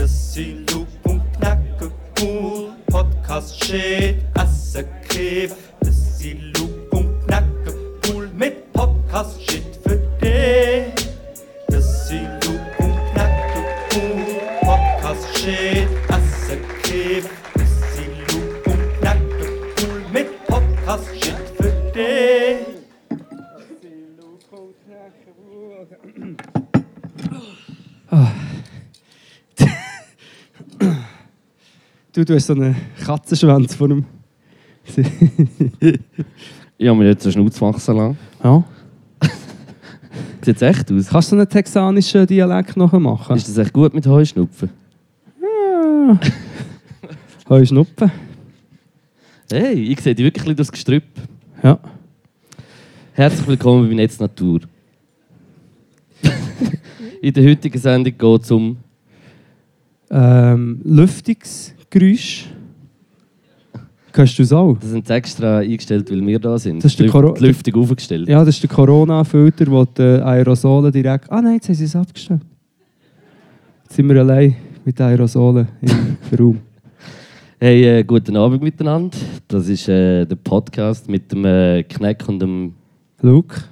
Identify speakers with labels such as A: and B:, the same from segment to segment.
A: Siloop und Knacke cool. Podcast shit, asse Kef. Siloop und Knacke cool mit Podcast shit für dich. Siloop und Knacke cool. Podcast shit, asse Kef. Siloop und Knacke cool mit Podcast shit für dich.
B: Du, du hast so einen Katzenschwanz vor dem.
C: Ich habe mir jetzt eine Schnauze wachsen lassen.
B: ja.
C: Sieht es echt aus?
B: Kannst du so einen texanischen Dialekt nachher machen? Ah.
C: Ist das echt gut mit Heuschnupfen?
B: Ja. Heu Schnuppen.
C: Hey, ich sehe dich wirklich ein bisschen durchs Gestrüpp.
B: Ja.
C: Herzlich willkommen bei Netz Natur. In der heutigen Sendung geht es um...
B: Ähm, Lüftungsgeräusch. Kannst du es auch?
C: Das sind extra eingestellt, weil wir da sind.
B: Das ist
C: die
B: der
C: Lüft-
B: Coro-
C: die Lüftung aufgestellt.
B: Ja, das ist der Corona-Filter, wo die Aerosole direkt. Ah nein, jetzt haben sie es abgestellt. Jetzt sind wir allein mit den Aerosolen im Raum.
C: Hey, äh, guten Abend miteinander. Das ist äh, der Podcast mit dem äh, Kneck und dem
B: Luke,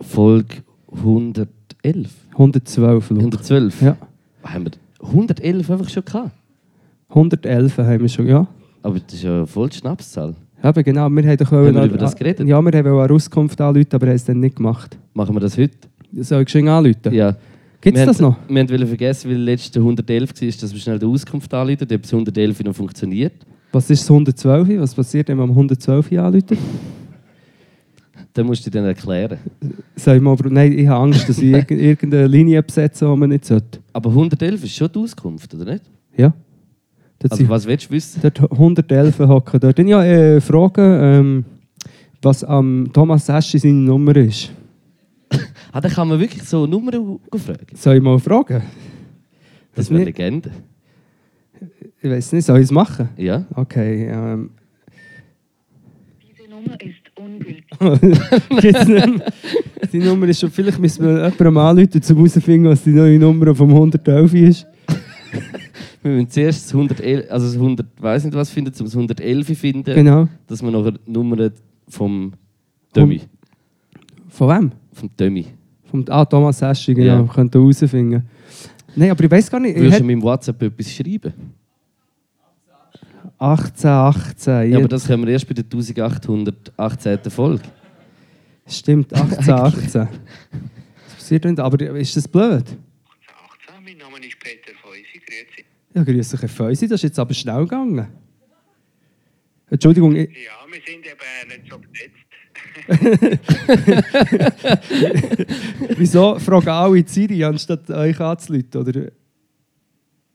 C: Folge 111.
B: 112 Luke.
C: 112?
B: Ja.
C: Haben wir 111 einfach schon gehabt?
B: 111 haben wir schon, ja.
C: Aber das ist ja voll die Schnapszahl.
B: Eben, genau. Wir haben doch
C: Haben wir
B: wollen-
C: über das geredet?
B: Ja, wir haben wollen eine Auskunft anrufen, aber haben es dann nicht gemacht.
C: Machen wir das heute?
B: Soll ich schon anrufen?
C: Ja.
B: Gibt es
C: Wir
B: das noch?
C: haben- Wir haben wollen vergessen, weil letzte 111 war, dass wir schnell die Auskunft anleiten, ob das 111 noch funktioniert.
B: Was ist das 112? Was passiert, wenn um man am 112 anruft?
C: Dann musst du dir dann erklären.
B: Soll ich mal... prob- Nein, ich habe Angst, dass ich irg- irgendeine Linie besetze, die man nicht sollte.
C: Aber 111 ist schon die Auskunft, oder nicht?
B: Ja? Dort,
C: Also
B: sind
C: was willst du wissen?
B: dort 111 hocken dort. Ja, äh, Fragen, ähm, was am Thomas Eschi seine Nummer ist.
C: Ah, dann kann man wirklich so Nummern fragen.
B: Soll ich mal fragen?
C: Das wäre eine
B: nicht.
C: Legende.
B: Ich weiß nicht, soll ich es machen?
C: Ja?
B: Okay, ähm...
D: Diese Nummer ist ungültig.
B: Gibt's nicht mehr. Die Nummer ist schon... Vielleicht müssen wir jemandem anrufen, um herauszufinden, was die neue Nummer vom 111 ist.
C: Wir müssen zuerst das 111, also das 100, weiß nicht was finden, um das 111 finden,
B: Genau.
C: dass wir nachher die Nummern vom Dummy,
B: Von wem?
C: vom Dummy.
B: Vom, ah, Thomas Eschi, genau.
C: Ja.
B: Yeah. Könnt ihr herausfinden. Nein, aber ich weiß gar nicht. Ich
C: Würdest du
B: hätte
C: mir im WhatsApp etwas schreiben?
B: 18, 18.
C: Ja, aber das können wir erst bei der 1818. Folge.
B: Stimmt, 18, 18. Das passiert nicht, aber ist das blöd?
E: 18. Mein Name ist Peter Feusi. Grüezi.
B: Ja, grüß dich, Herr Feusi, das ist jetzt aber schnell gegangen. Entschuldigung, ich,
E: Ja, wir sind eben nicht so besetzt.
B: wieso fragen alle Siri, anstatt euch anzuleuten, oder?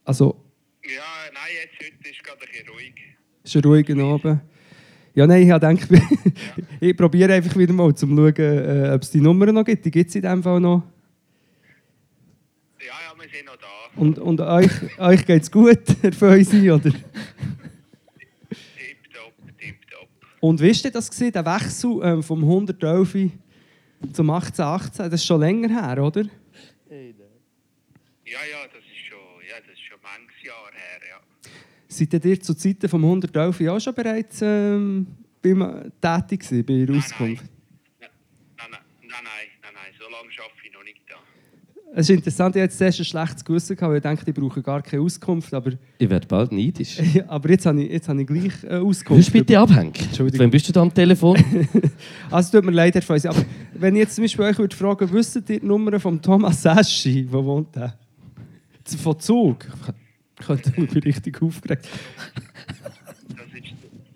B: Also,
E: Ja, nein, jetzt heute ist gerade ein bisschen ruhig.
B: ist ein ruhiger Abend. Ja, nein, ich habe gedacht, ich probiere einfach wieder mal, um zu schauen, äh, ob es die Nummer noch gibt. Die gibt es in dem Fall noch.
E: Ja, ja, wir sind noch da.
B: Und, und euch, euch geht es gut, Herr Feusi, oder?
E: Tipptopp, tipptopp.
B: Und wisst ihr das, gewesen, der Wechsel ähm, vom 111 zum 1818, das ist schon länger her, oder?
E: Ja, ja, das ist schon, ja, das ist schon manches Jahr her, ja.
B: Seid ihr zu Zeiten vom 111 auch schon bereits ähm, beim, tätig gewesen, bei der Auskunft?
E: Nein, nein, nein, nein, nein, nein, nein, so lange arbeite ich noch nicht da.
B: Es ist interessant, ich hatte zuerst ein schlechtes Gewissen, gehabt, weil ich dachte, ich brauche gar keine Auskunft, aber,
C: Ich werde bald neidisch.
B: aber jetzt, habe ich, jetzt habe ich gleich äh, Auskunft.
C: Würdest du bitte abhängen?
B: Entschuldigung.
C: Wem bist du da am Telefon?
B: Also tut mir leid, Herr Feusi, aber wenn ich jetzt zum Beispiel euch würde fragen, wisst ihr die Nummer von Thomas Eschi, wo wohnt der? Z- Von Zug? Ich könnte mich richtig aufgeregt.
E: Das ist,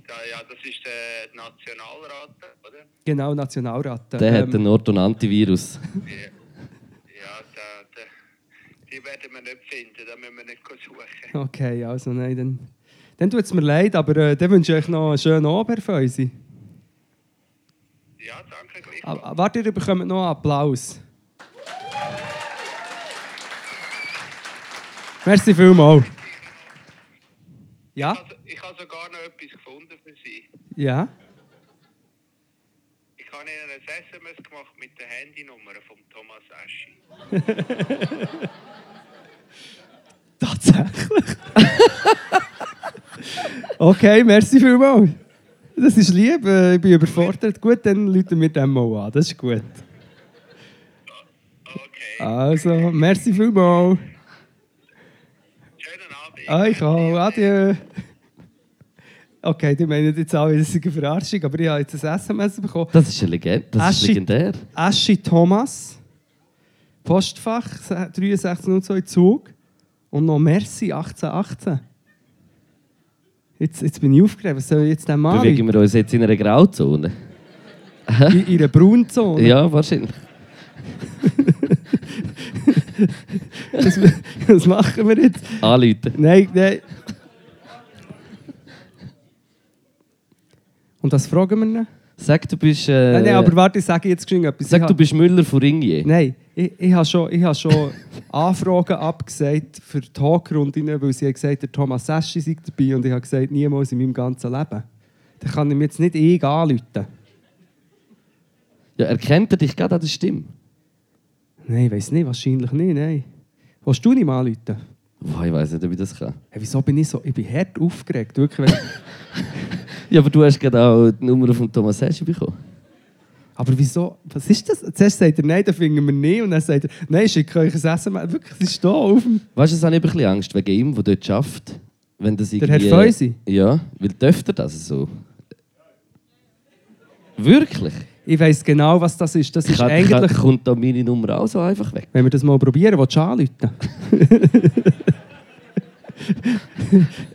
E: ja, ja, das ist der Nationalrat, oder?
B: Genau, Nationalrat.
C: Der
B: Ähm,
C: hat den Nord- und Antivirus.
E: Ja, ja der, der, die werden wir nicht finden, da müssen wir nicht suchen.
B: Okay, also nein, dann, dann tut es mir leid, aber äh, dann wünsche ich euch noch einen schönen Abend, Herr Feusi.
E: Ja, danke, gleich.
B: Ah, ah, Warte, ihr bekommt noch einen Applaus. Merci vielmals. Ja?
E: Also, ich habe sogar noch etwas gefunden für Sie.
B: Ja?
E: Ich habe Ihnen ein SMS gemacht mit der Handynummer von Thomas Eschi.
B: Tatsächlich? Okay, merci vielmals. Das ist lieb, äh, ich bin überfordert. Gut, dann läuten wir dem mal an, das ist gut.
E: Okay,
B: Also, merci vielmals.
E: schönen Abend.
B: Ah, Ich auch, adieu. Okay, die meinen jetzt alle, das sei eine Verarschung, aber ich habe jetzt ein SMS bekommen.
C: Das ist eine Legende. Das ist
B: Aschi-
C: legendär.
B: Aschi Thomas, Postfach 6302 Zug und noch Merci 1818. Jetzt, jetzt bin ich aufgeregt, was soll ich jetzt denn machen?
C: Bewegen wir uns jetzt in einer Grauzone?
B: In, in einer Braunzone?
C: Ja, wahrscheinlich.
B: Was, was machen wir jetzt?
C: Anrufen.
B: Nein, nein. Und das fragen wir ihn? Ah,
C: Sag, du bist. Äh,
B: Nein, nein, aber warte, ich sage jetzt geschwind etwas. Ich
C: sag,
B: ha-
C: du bist Müller von Ringier.
B: Nein, ich, ich habe schon, ich habe schon Anfragen abgesagt für Talkrunden, weil sie haben gesagt der Thomas Seschi sei dabei und ich habe gesagt, niemals in meinem ganzen Leben. Da kann ich mir jetzt nicht ich anrufen.
C: Ja, erkennt er dich gerade an der Stimme?
B: Nein, ich weiß nicht, wahrscheinlich nicht, nein. Willst du nicht mal anrufen?
C: Boah, ich weiß nicht, ob ich das kann.
B: Hey, wieso bin ich so? Ich bin hart aufgeregt, wirklich. wenn-
C: Ja, aber du hast gerade auch die Nummer von Thomas Heschi bekommen.
B: Aber wieso? Was ist das? Zuerst sagt er, nein, den finden wir nicht. Und dann sagt er, nein, schicke euch ein SMS. Wirklich, es ist da auf dem...
C: Weißt du, es habe ich ein bisschen Angst wegen ihm, der dort arbeitet. Wenn das
B: Der Herr
C: irgendwie-
B: Feusi?
C: Ja, weil dürfte er das so? Wirklich?
B: Ich weiss genau, was das ist. Das ist
C: Kann-
B: eigentlich...
C: kann- kommt da meine Nummer auch so einfach weg?
B: Wenn wir das mal probieren, willst du anrufen?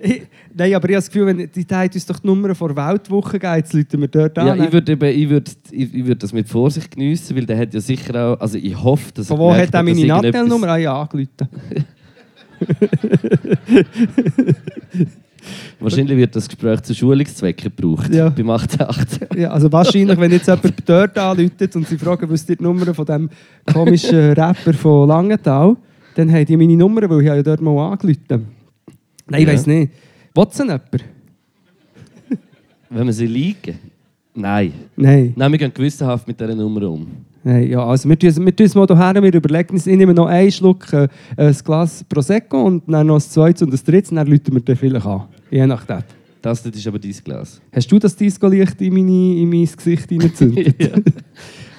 B: Ich- Nein, aber ich habe das Gefühl, wenn, die die hat uns doch die Nummer vor Weltwoche gegeben, jetzt rufen wir dort an.
C: Ja, ich würde eben- ich würd, ich, ich würd das mit Vorsicht geniessen, weil der hat ja sicher auch. Also ich hoffe, dass
B: Von wo
C: gemerkt
B: hat er meine
C: dass irgendetwas-
B: Nattelnummer? Ah ja, angerufen.
C: Wahrscheinlich wird das Gespräch zu Schulungszwecken gebraucht.
B: Ja.
C: Beim 1818.
B: Ja, also wahrscheinlich, wenn jetzt jemand dort anruft und sie fragen, was die Nummer von dem komischen Rapper von Langenthal, dann haben die meine Nummer, weil ich habe ja dort mal angerufen. Nein, ich
C: Ja.
B: weiss nicht. Will es denn jemand?
C: Wenn wir sie liegen. Nein.
B: Nein.
C: Nein, wir gehen gewissenhaft mit dieser Nummer um.
B: Nein, ja, also wir tun wir tun's mal hierher, wir überlegen uns, ich nehme noch einen Schluck, äh, ein Glas Prosecco und dann noch ein zweites und ein drittes, und dann rufen wir den vielleicht an, je nachdem.
C: Das dort ist aber dein Glas.
B: Hast du das Disco-Licht in, meine, in mein Gesicht hineingezündet?
C: ja.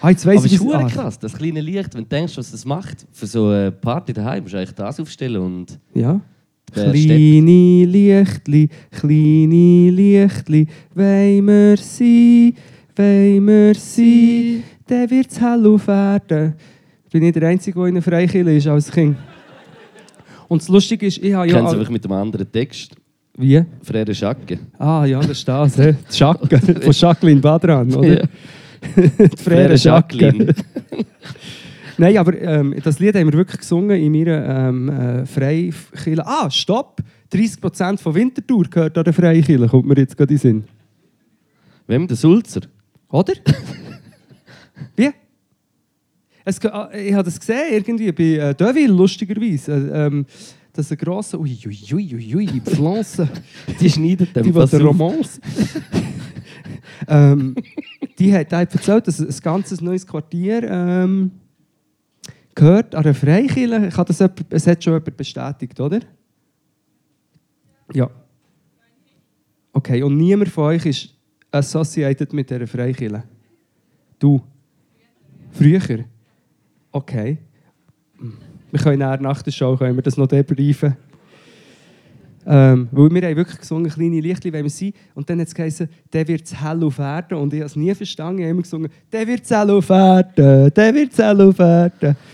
B: ah, jetzt
C: Aber
B: weiss ich,
C: es ist
B: was-
C: hure
B: ah,
C: krass, das kleine Licht, wenn du denkst, was das macht, für so eine Party daheim musst du eigentlich das aufstellen und
B: Ja.
C: Der
B: Kleine Lichtli, kleine Lichtli, wenn wir sie, wenn wir sie, dann wird's hell auf Erden. Bin ich der Einzige, der in einer Freikirche ist als Kind. Und das Lustige ist, ich habe
C: ja,
B: ja... also-
C: kennst
B: al-
C: einfach mit einem anderen Text.
B: Wie?
C: Frere Schacke.
B: Ah ja, das ist das. hä? Die Schacke von Jacqueline Badran, oder?
C: Ja.
B: Die Frere
C: Frere
B: Jacqueline.
C: Jacqueline.
B: Nein, aber ähm, das Lied haben wir wirklich gesungen in meiner ähm, äh, Freikirche. Ah, stopp! 30% von Winterthur gehört an der Freikirche, kommt mir jetzt gerade in den Sinn.
C: Wem? Der Sulzer?
B: Oder? Wie? Es, ge- ah, ich habe das gesehen, irgendwie bei äh, Deville, lustigerweise. Äh, ähm, das ist ein grosser... Ui, ui, ui, ui, ui, die Pflanze.
C: Die schneidet dem
B: Die, was
C: was
B: der
C: auf.
B: Romance. ähm, die hat halt erzählt, dass ein ganzes neues Quartier ähm, gehört an einer Freikirche. Ich habe das jemand, es hat schon jemand bestätigt, oder? Ja. Okay, und niemand von euch ist associated mit dieser Freikirche? Du? Früher? Okay. Wir können nachher nach der Show können wir das noch debriefen. Ähm, weil wir haben wirklich gesungen, kleine Lichtli, wenn wir sind. Und dann hat es geheißen, der wird hell auf Erden. Und ich habe es nie verstanden. Ich habe immer gesungen, der wird hell auf Erden, der wird hell auf Erden.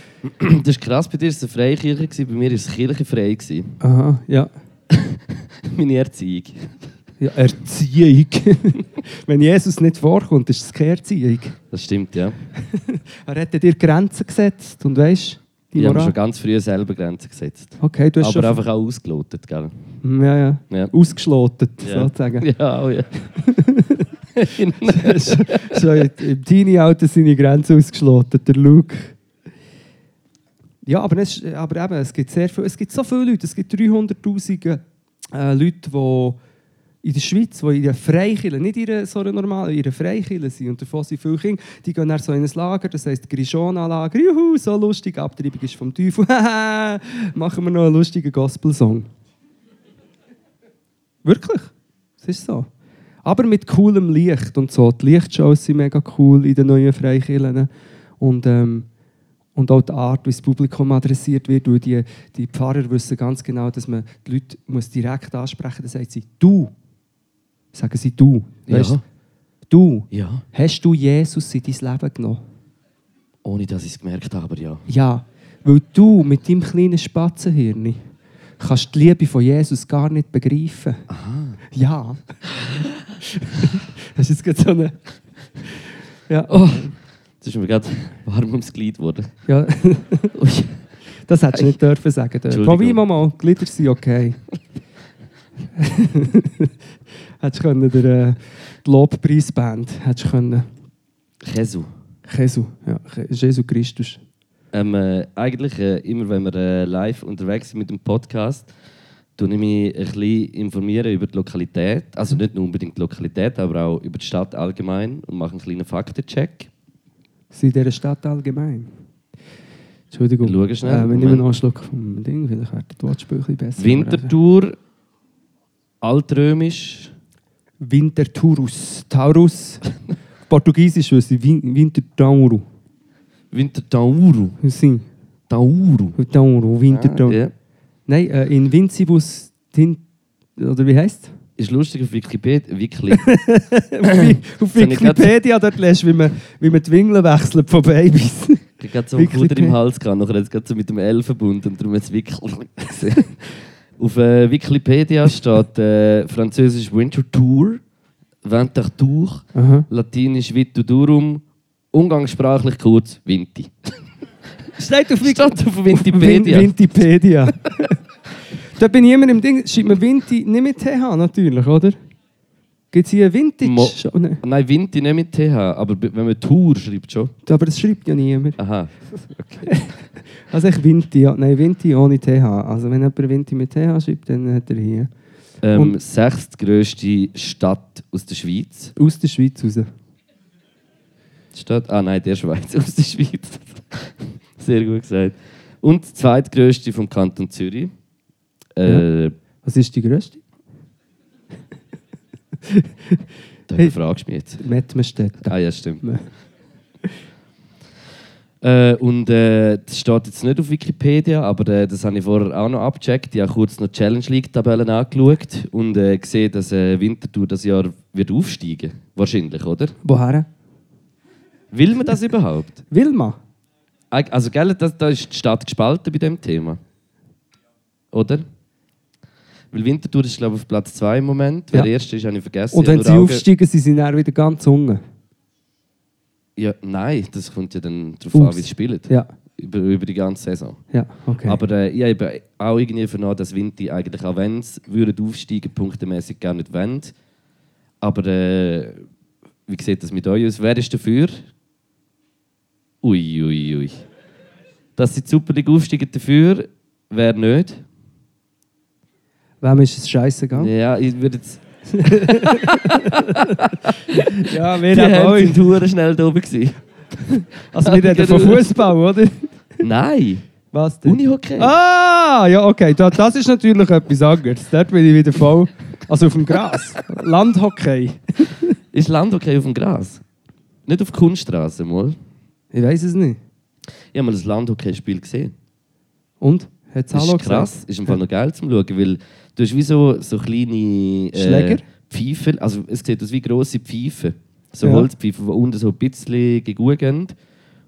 C: Das ist krass, bei dir war es eine Freikirche, gewesen, bei mir war es kirchenfrei. gewesen.
B: Aha, ja.
C: Meine Erziehung.
B: ja Erziehung. wenn Jesus nicht vorkommt, ist es keine Erziehung.
C: Das stimmt, ja.
B: Er hat dir Grenzen gesetzt und weißt die
C: Ich habe mir schon
B: Moral.
C: ganz früh selber Grenzen gesetzt.
B: Okay, du hast
C: Aber
B: schon...
C: einfach auch ausgelotet, gell?
B: Hm, Ja, ja.
C: Ja.
B: Ausgeschlotet,
C: Ja.
B: sozusagen.
C: Ja, oh ja.
B: so im Teenie-Alter seine Grenzen ausgeschlossen, der Luke. Ja, aber, es, aber eben, es gibt sehr viel, es gibt so viele Leute, es gibt 300'000 äh, Leute, die in der Schweiz, die in der Freikirche, nicht in einer so einer normalen, in der Freikirche sind und davon sind viele Kinder, die gehen dann so in ein Lager, das heisst Grishona-Lager, juhu, so lustig, Abtreibung ist vom Teufel, haha, machen wir noch einen lustigen Gospel-Song. Wirklich? Das Das ist so. Aber mit coolem Licht und so. Die Lichtshows sind mega cool in den neuen Freikirchen. Und, ähm, und auch die Art, wie das Publikum adressiert wird. Weil die, die Pfarrer wissen ganz genau, dass man die Leute muss direkt ansprechen muss. Dann sagen sie «Du». Sagen sie «Du».
C: Ja.
B: Weißt, «Du».
C: Ja,
B: Hast du Jesus in dein Leben genommen?
C: ohne dass ich es gemerkt habe, aber ja.
B: Ja, weil du mit deinem kleinen Spatzenhirn kannst die Liebe von Jesus gar nicht begreifen. Aha. Ja. Hast du jetzt gerade so eine... Ja,
C: Oh, das ist mir gerade warm ums Glied geworden.
B: ja.
C: Ui.
B: das hättest du nicht dürfen sagen dürfen.
C: Entschuldigung.
B: Wobei, Mama, die Lieder sind okay. hättest du können, der, äh, die Lobpreisband, hättest du können.
C: Chesu.
B: Jesus, ja, Jesus Christus.
C: Ähm, äh, eigentlich, äh, immer wenn wir äh, live unterwegs sind mit dem Podcast, tue ich mich ein bisschen informieren über die Lokalität. Also nicht nur unbedingt die Lokalität, aber auch über die Stadt allgemein und mache einen kleinen Faktencheck.
B: sind in dieser Stadt allgemein. Entschuldigung.
C: Ich schaue schnell.
B: Äh, wenn ich
C: Moment.
B: mir einen Anschlag vom Ding, vielleicht wäre der Wortspiel ein bisschen besser.
C: Winterthur, altrömisch.
B: Wintertaurus. Taurus. Portugiesisch wüsste ich. Win Wintertauro.
C: Wintertauru.
B: Sim.
C: Tauru.
B: Tauro. Wintertauro.
C: Ah, ja.
B: Nein, äh, Invincibus Tint... Oder wie heisst
C: Ist lustig auf Wikipedia. Wirklich.
B: Auf, auf
C: Jetzt habe ich grad-
B: Wikipedia dort lässt, wie man, wie man die Wingeln wechselt von Babys.
C: Ich hatte so einen
B: Wirklich,
C: Puder im
B: ja.
C: Hals, gehabt, nachher hat es gerade so mit dem L verbunden und darum hat es wirklich gesehen. Auf äh, Wikipedia steht äh, französisch Winterthur, Winterthur,
B: Aha.
C: latinisch Vitudurum, umgangssprachlich kurz Vinti.
B: Steht auf
C: Steht auf
B: Win-
C: Wikipedia.
B: Wintipedia. da bin ich immer im Ding, schreibt man Winti nicht mit TH natürlich, oder? Gibt es hier Vintage?
C: Mo-
B: schon? Nein.
C: Nein, Vinti nicht mit TH, aber b- wenn man Tour schreibt schon.
B: Aber das schreibt ja niemand.
C: Aha.
B: Also ich Vinti, ja. nein, Vinti ohne TH. Also wenn jemand Vinti mit TH schreibt, dann hat er hier.
C: Ähm,
B: Und-
C: sechstgrößte Stadt aus der Schweiz.
B: Aus der Schweiz raus.
C: Stadt, ah nein, der Schweiz, aus der Schweiz. Sehr gut gesagt. Und die zweitgrößte vom Kanton Zürich. Äh,
B: Was ist die grösste?
C: Da fragst du mich jetzt.
B: Mettmerstedt.
C: Ah ja, stimmt.
B: Nee.
C: Äh, und äh, das steht jetzt nicht auf Wikipedia, aber äh, das habe ich vorher auch noch abgecheckt. Ich habe kurz noch die Challenge League-Tabellen angeschaut und äh, gesehen, dass äh, Winterthur das Jahr wird aufsteigen Wahrscheinlich, oder?
B: Woher?
C: Will man das überhaupt?
B: Wilma.
C: Eig- Also, gell, das, da ist die Stadt gespalten bei dem Thema. Oder? Weil Winterthur ist, glaube ich, auf Platz 2 im Moment. Wer
B: Ja.
C: erste ist, habe ich vergessen.
B: Und wenn
C: Ich
B: sie
C: habe nur Augen-
B: aufsteigen, sie sind dann wieder ganz unten.
C: Ja, nein, das kommt ja dann darauf
B: Aus.
C: an, wie sie spielen.
B: Ja,
C: Über, über die ganze Saison.
B: ja, okay.
C: Aber äh, ich habe auch irgendwie vernommen, dass Vinti eigentlich, auch wenn sie würden aufsteigen punktemäßig gar nicht wollen. Aber äh, wie sieht das mit euch aus? Wer ist dafür? Ui, ui, ui. Dass sie die Super League aufsteigen dafür, wer nicht?
B: Wem ist es scheißegal?
C: Ja, ich würde jetzt...
B: Ja, wir
C: Die Hände
B: euch.
C: sind hure schnell da oben. gewesen.
B: Also wir reden von Fußball, oder?
C: Nein,
B: Was denn?
C: Unihockey.
B: Ah, ja, okay. Da, das ist natürlich etwas anderes. Dort bin ich wieder voll. Also auf dem Gras. Landhockey.
C: Ist Landhockey auf dem Gras? Nicht auf Kunststraße, mal.
B: Ich weiß es nicht.
C: Ich habe mal ein Landhockeyspiel gesehen.
B: Und? Hat es
C: Das
B: Hallo
C: ist krass. Ist im Fall noch geil zum Schauen, weil du hast wie so, so kleine
B: Schläger?
C: Pfeifen. Also es sieht aus wie grosse Pfeifen. So
B: Ja.
C: Holzpfeifen, die unten so ein bisschen gegugelt gehen.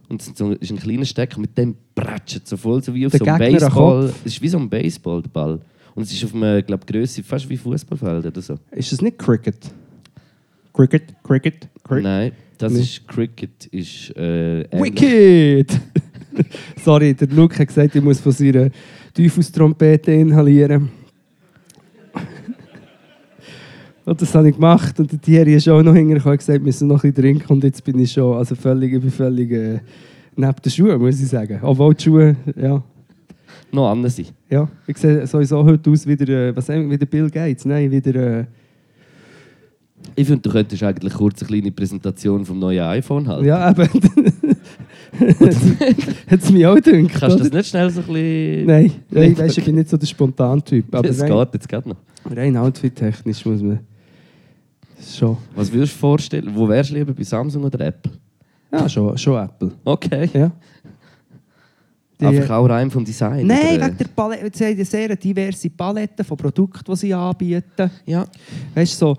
C: Und es sind so- ist ein kleiner Stecker, mit dem pratschen so voll, so wie auf
B: Der
C: so einem
B: Gegner am
C: Baseball.
B: Kopf.
C: Es ist wie so ein Baseballball. Und es ist auf einer, glaube Größe fast wie Fußballfeld oder so.
B: gesagt. Ist es nicht Cricket? Cricket, Cricket, Cricket.
C: Nein, das
B: Nee.
C: ist Cricket. Ist, äh, ähnlich.
B: Wicked! Sorry, der Luke hat gesagt, ich muss von seiner Teufelstrompete inhalieren. Und das habe ich gemacht. Und der Thierry ist auch noch hinterher und gesagt, wir müssen noch ein bisschen trinken. Und jetzt bin ich schon also völlig, ich bin völlig äh, neben den Schuhen, muss ich sagen. Obwohl die Schuhe, ja.
C: Noch anders sein.
B: Ja, ich sehe sowieso heute aus wie der, äh, was sagen wir, wie der Bill Gates. Nein, wie der... Äh,
C: Ich finde, du könntest eigentlich kurz eine kleine Präsentation vom neuen iPhone halten.
B: äh, ja, eben. Hat es mich auch gedacht,
C: Kannst du
B: oder?
C: das nicht schnell so ein bisschen...
B: Nein, nein weißt, ich bin nicht so der Spontan-Typ. Aber
C: Es
B: rein,
C: geht jetzt gerade noch.
B: rein outfit-technisch muss man... Schon.
C: Was würdest du vorstellen? Wo wärst du lieber bei Samsung oder Apple?
B: Ja, Ah, schon, schon Apple.
C: Okay.
B: Ja. Die-
C: Einfach auch rein vom Design.
B: Nein,
C: oder?
B: wegen der Palette. Sie haben eine sehr diverse Palette von Produkten, die sie anbieten.
C: Ja.
B: Weißt du, so,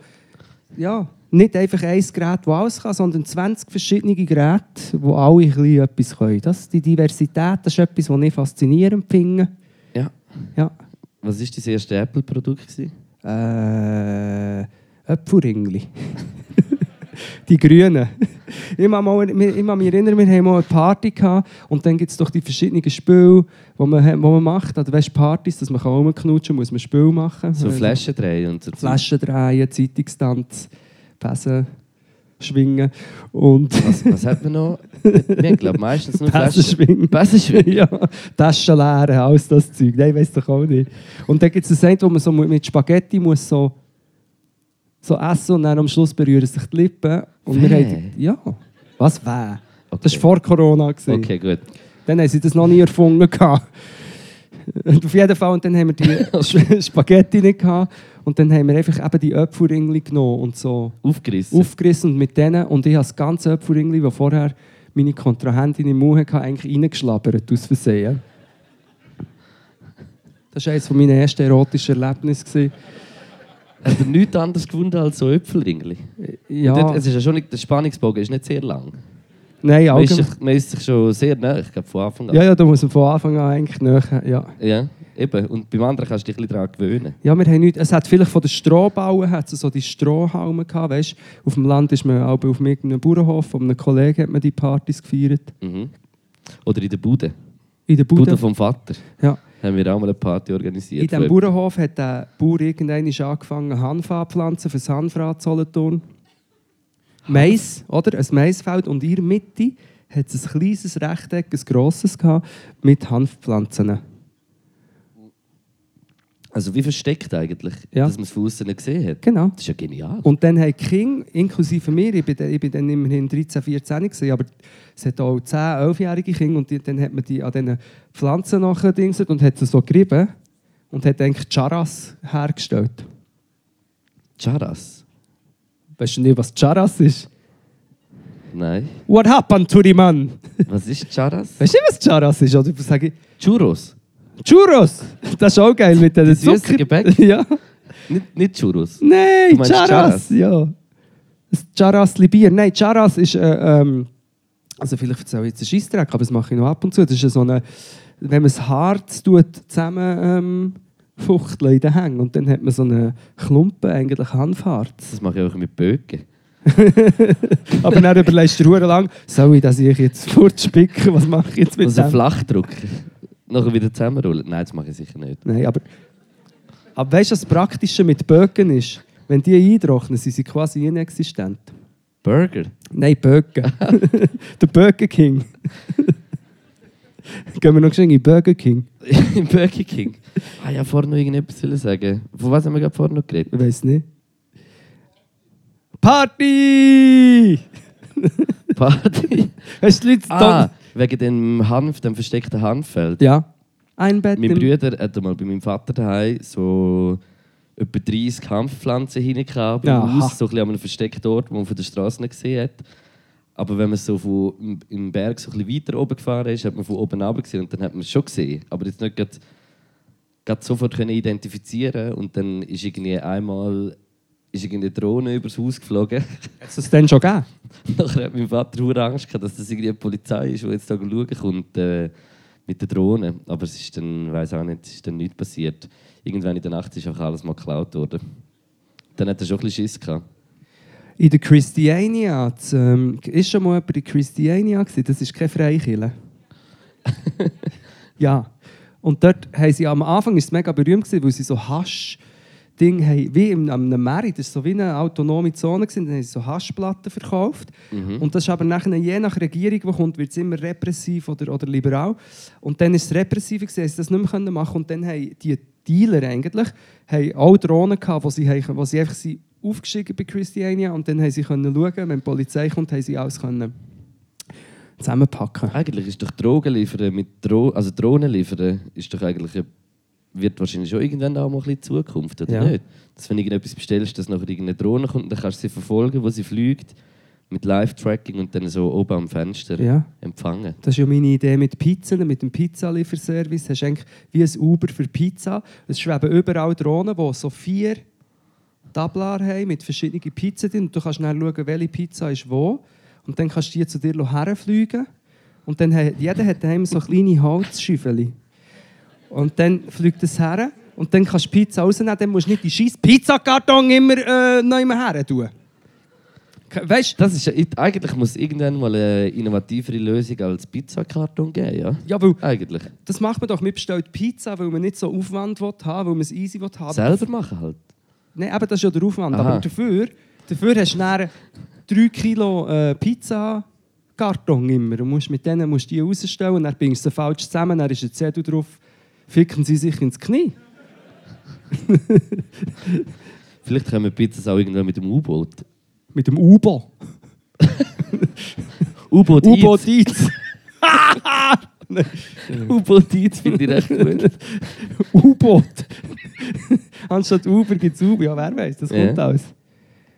B: ja, nicht einfach ein Gerät, das alles kann, sondern 20 verschiedene Geräte, die alle ein bisschen etwas können. Das, die Diversität das ist etwas, was ich faszinierend finde.
C: ja.
B: Ja.
C: Was war dein erstes Apple-Produkt? gewesen?
B: Äh, Äpfelringli. die Grünen. Ich mag mal- ich mag mich erinnern, wir haben mal eine Party gehabt und dann gibt es doch die verschiedenen Spiele, die man, hat- die man macht. Also, weißt du, Partys, dass man rumknutschen kann, muss man Spiele machen.
C: So
B: Also,
C: Flaschen drehen und so.
B: Flaschen drehen, Zeitungstanz, Pässe schwingen und
C: Was, was hat man noch? Wir haben, glaube meistens nur
B: Pässe
C: Flaschen.
B: schwingen.
C: Pässe schwingen.
B: ja, Taschen leeren, alles das Zeug. Nein, weiß doch auch nicht. Und dann gibt es ein wo man so mit Spaghetti muss so, so essen und dann am Schluss berühren sich die Lippen. Und wir
C: Weh.
B: haben, ja, was weh? Das
C: Okay.
B: war vor Corona. gewesen.
C: Okay, gut.
B: Dann haben sie das noch nie erfunden. gehabt. Und auf jeden Fall, und dann haben wir die Sp- Spaghetti nicht gehabt. Und dann haben wir einfach eben die Öpfelringli genommen und so
C: Aufgerissen.
B: aufgerissen und mit denen. Und ich habe das ganze Öpfelringli, das vorher meine Kontrahentin im Mund hatte, eigentlich reingeschlabbert, aus Versehen. Das war eines meiner ersten erotischen Erlebnisse. gewesen.
C: Hat er nichts anderes gefunden als so Äpfelringli?
B: Ja,
C: Dort, also, es ist ja schon nicht, der Spannungsbogen ist nicht sehr lang.
B: nein,
C: Man ist,
B: allgemein.
C: sich, man ist sich schon sehr nah, ich glaube von Anfang an.
B: Ja, ja, da muss man von Anfang an eigentlich näher. Ja.
C: Ja, eben. Und beim anderen kannst du dich ein bisschen daran gewöhnen.
B: Ja, wir haben nichts. Es hat vielleicht von den Strohbauen hat es so die Strohhalme gehabt, weißt? Auf dem Land ist man auch auf irgendeinem Bauernhof, von einem Kollegen hat man die Partys gefeiert.
C: Mhm. Oder in der Bude.
B: In der
C: Bude
B: Bude.
C: vom Vater.
B: Ja.
C: Haben wir auch mal eine Party organisiert.
B: In diesem
C: Wo-
B: Bauernhof hat der Bauer irgendwann angefangen, Hanf anzupflanzen für das Hanfratzollentun. Mais, oder? Ein Maisfeld. Und in der Mitte hat es ein kleines Rechteck, ein grosses, gehabt, mit Hanfpflanzen.
C: Also wie versteckt eigentlich,
B: Ja.
C: dass man es von außen nicht gesehen hat.
B: Genau.
C: Das ist ja genial.
B: Und dann haben die Kinder, inklusive mir, ich bin, dann- ich bin dann immerhin 13, 14 gewesen, aber es hat auch 10, 11-jährige Kinder und die, dann hat man die an diesen Pflanzen nachgedingselt und hat sie so gerieben und hat eigentlich Charas hergestellt.
C: Charas.
B: Weißt du nicht, was Charas ist?
C: Nein.
B: What happened to the man?
C: Was ist Charas?
B: Weißt du nicht, was Charas ist? Oder sage ich,
C: Churros.
B: Churros! Das ist auch geil mit diesen
C: süssen
B: Zucker.
C: Gebäck?
B: Ja.
C: Nicht, nicht Churros.
B: Nein,
C: Du meinst
B: Charas,
C: Charas?
B: ja. Das Charasli Bier. Nein, Charas ist. Äh, ähm, also, vielleicht erzähle ich jetzt einen Scheissdreck, aber das mache ich noch ab und zu. Das ist so eine. Wenn man das Harz tut, zusammen ähm, fuchteln in den Hängen. Und dann hat man so einen Klumpen, eigentlich Hanfharz.
C: Das mache ich auch mit Bögen.
B: Aber dann überlegst du dir verdammt lang, soll ich das ich jetzt fortspicken? Was mache ich jetzt mit
C: Also
B: dem?
C: Flachdruck. Nachher wieder zusammenrollen. Nein, das mache ich sicher nicht.
B: Nein, aber. Aber weißt du, was das Praktische mit Böcken ist? Wenn die eintrocknen, sind sie quasi inexistent.
C: Burger.
B: Nein, Böcke. der Burger King. Gehen wir noch schnell in den Burger King?
C: Im Burger King. Ah ja, vorhin noch irgendetwas will sagen. Von was haben wir gerade vorhin noch geredet?
B: Ich weiß nicht. Party!
C: Party.
B: Hast du die Leute
C: ah,
B: da-
C: wegen dem Hanf, dem versteckten Hanffeld.
B: Ja. Ein Bett.
C: Mein
B: im-
C: Bruder hat mal bei meinem Vater daheim so etwa 30 Hanfpflanzen hineingehabt, im
B: Aha.
C: Haus, so ein bisschen an einem versteckten Ort, wo man von der Straße nicht gesehen hat. Aber wenn man so von, im, im Berg so ein bisschen weiter oben gefahren ist, hat man von oben runter gesehen und dann hat man es schon gesehen. Aber jetzt nicht grad, grad sofort können identifizieren und dann ist irgendwie einmal ist irgendeine Drohne übers Haus geflogen.
B: Hat's das denn schon gegeben?
C: Nachher hat mein Vater hohe Angst gehabt, dass das irgendwie eine Polizei ist, die jetzt da schauen kommt äh, mit der Drohne. Aber es ist dann, weiß auch nicht, es ist dann nichts passiert. Irgendwann in der Nacht ist auch alles mal geklaut worden. Dann hat er schon ein bisschen Schiss gehabt.
B: In der Christiania. z- Ähm, ist schon mal jemand in Christiania gewesen? Das ist keine Freikirche. ja. Und dort haben sie am Anfang ist es mega berühmt gewesen, weil sie so Hasch Ding haben, wie in einem Merit, das ist so wie eine autonome Zone gewesen, dann haben sie so Haschplatten verkauft. Und das ist aber nachher, je nach Regierung, die kommt, wird es immer repressiv oder, oder liberal. Und dann ist es repressiv gewesen, haben sie das nicht mehr können machen und dann haben die Dealer eigentlich haben auch Drohnen gehabt, die sie, haben, die sie einfach sie aufgeschickt bei Christiania und dann haben sie können schauen, wenn die Polizei kommt, haben sie alles können zusammenpacken.
C: Eigentlich ist doch Drogen liefern mit Dro also Drohnen liefern ist doch eigentlich eine wird wahrscheinlich schon irgendwann auch mal ein bisschen Zukunft, oder
B: Ja.
C: nicht? Dass wenn du irgendetwas bestellst, dass nachher irgendeine Drohne kommt, dann kannst du sie verfolgen, wo sie fliegt, mit Live-Tracking und dann so oben am Fenster
B: Ja.
C: empfangen.
B: Das ist ja meine Idee mit Pizzen, mit dem Pizzalieferservice. Hast du eigentlich wie ein Uber für Pizza. Es schweben überall Drohnen, die so vier Tablar haben mit verschiedenen Pizzen drin. Und du kannst dann schauen, welche Pizza ist wo. Und dann kannst du die zu dir herfliegen. Und dann hat, jeder hat daheim so kleine Holzschüffeli. Und dann fliegt es her. Und dann kannst du die Pizza rausnehmen. Dann musst du nicht die scheiß Pizzakarton immer äh, neu her tun. Ke- Weißt
C: Das ist, ja- eigentlich muss es irgendwann mal eine innovativere Lösung als Pizzakarton geben, ja?
B: Ja, weil
C: Eigentlich.
B: Das macht man doch. Man bestellt Pizza, weil man nicht so Aufwand will haben weil man es easy will haben
C: Selber machen halt.
B: Nein, eben, das ist ja der Aufwand.
C: Aha.
B: Aber dafür, dafür hast du dann 3 Kilo äh, Pizza-Karton immer. Und musst mit denen musst du die rausstellen und dann bringst du sie falsch zusammen, dann ist ein Zettel drauf, ficken sie sich ins Knie.
C: Vielleicht können wir Pizzas auch irgendwann mit dem U-Boot.
B: Mit dem U-Boot.
C: U-Boot
B: U-Boot Eats.
C: Eats. U-Boot Eats finde ich recht gut.
B: U-Boot. Anstatt Uber gibt es Uber. Ja, wer weiß, das
C: Ja.
B: kommt alles.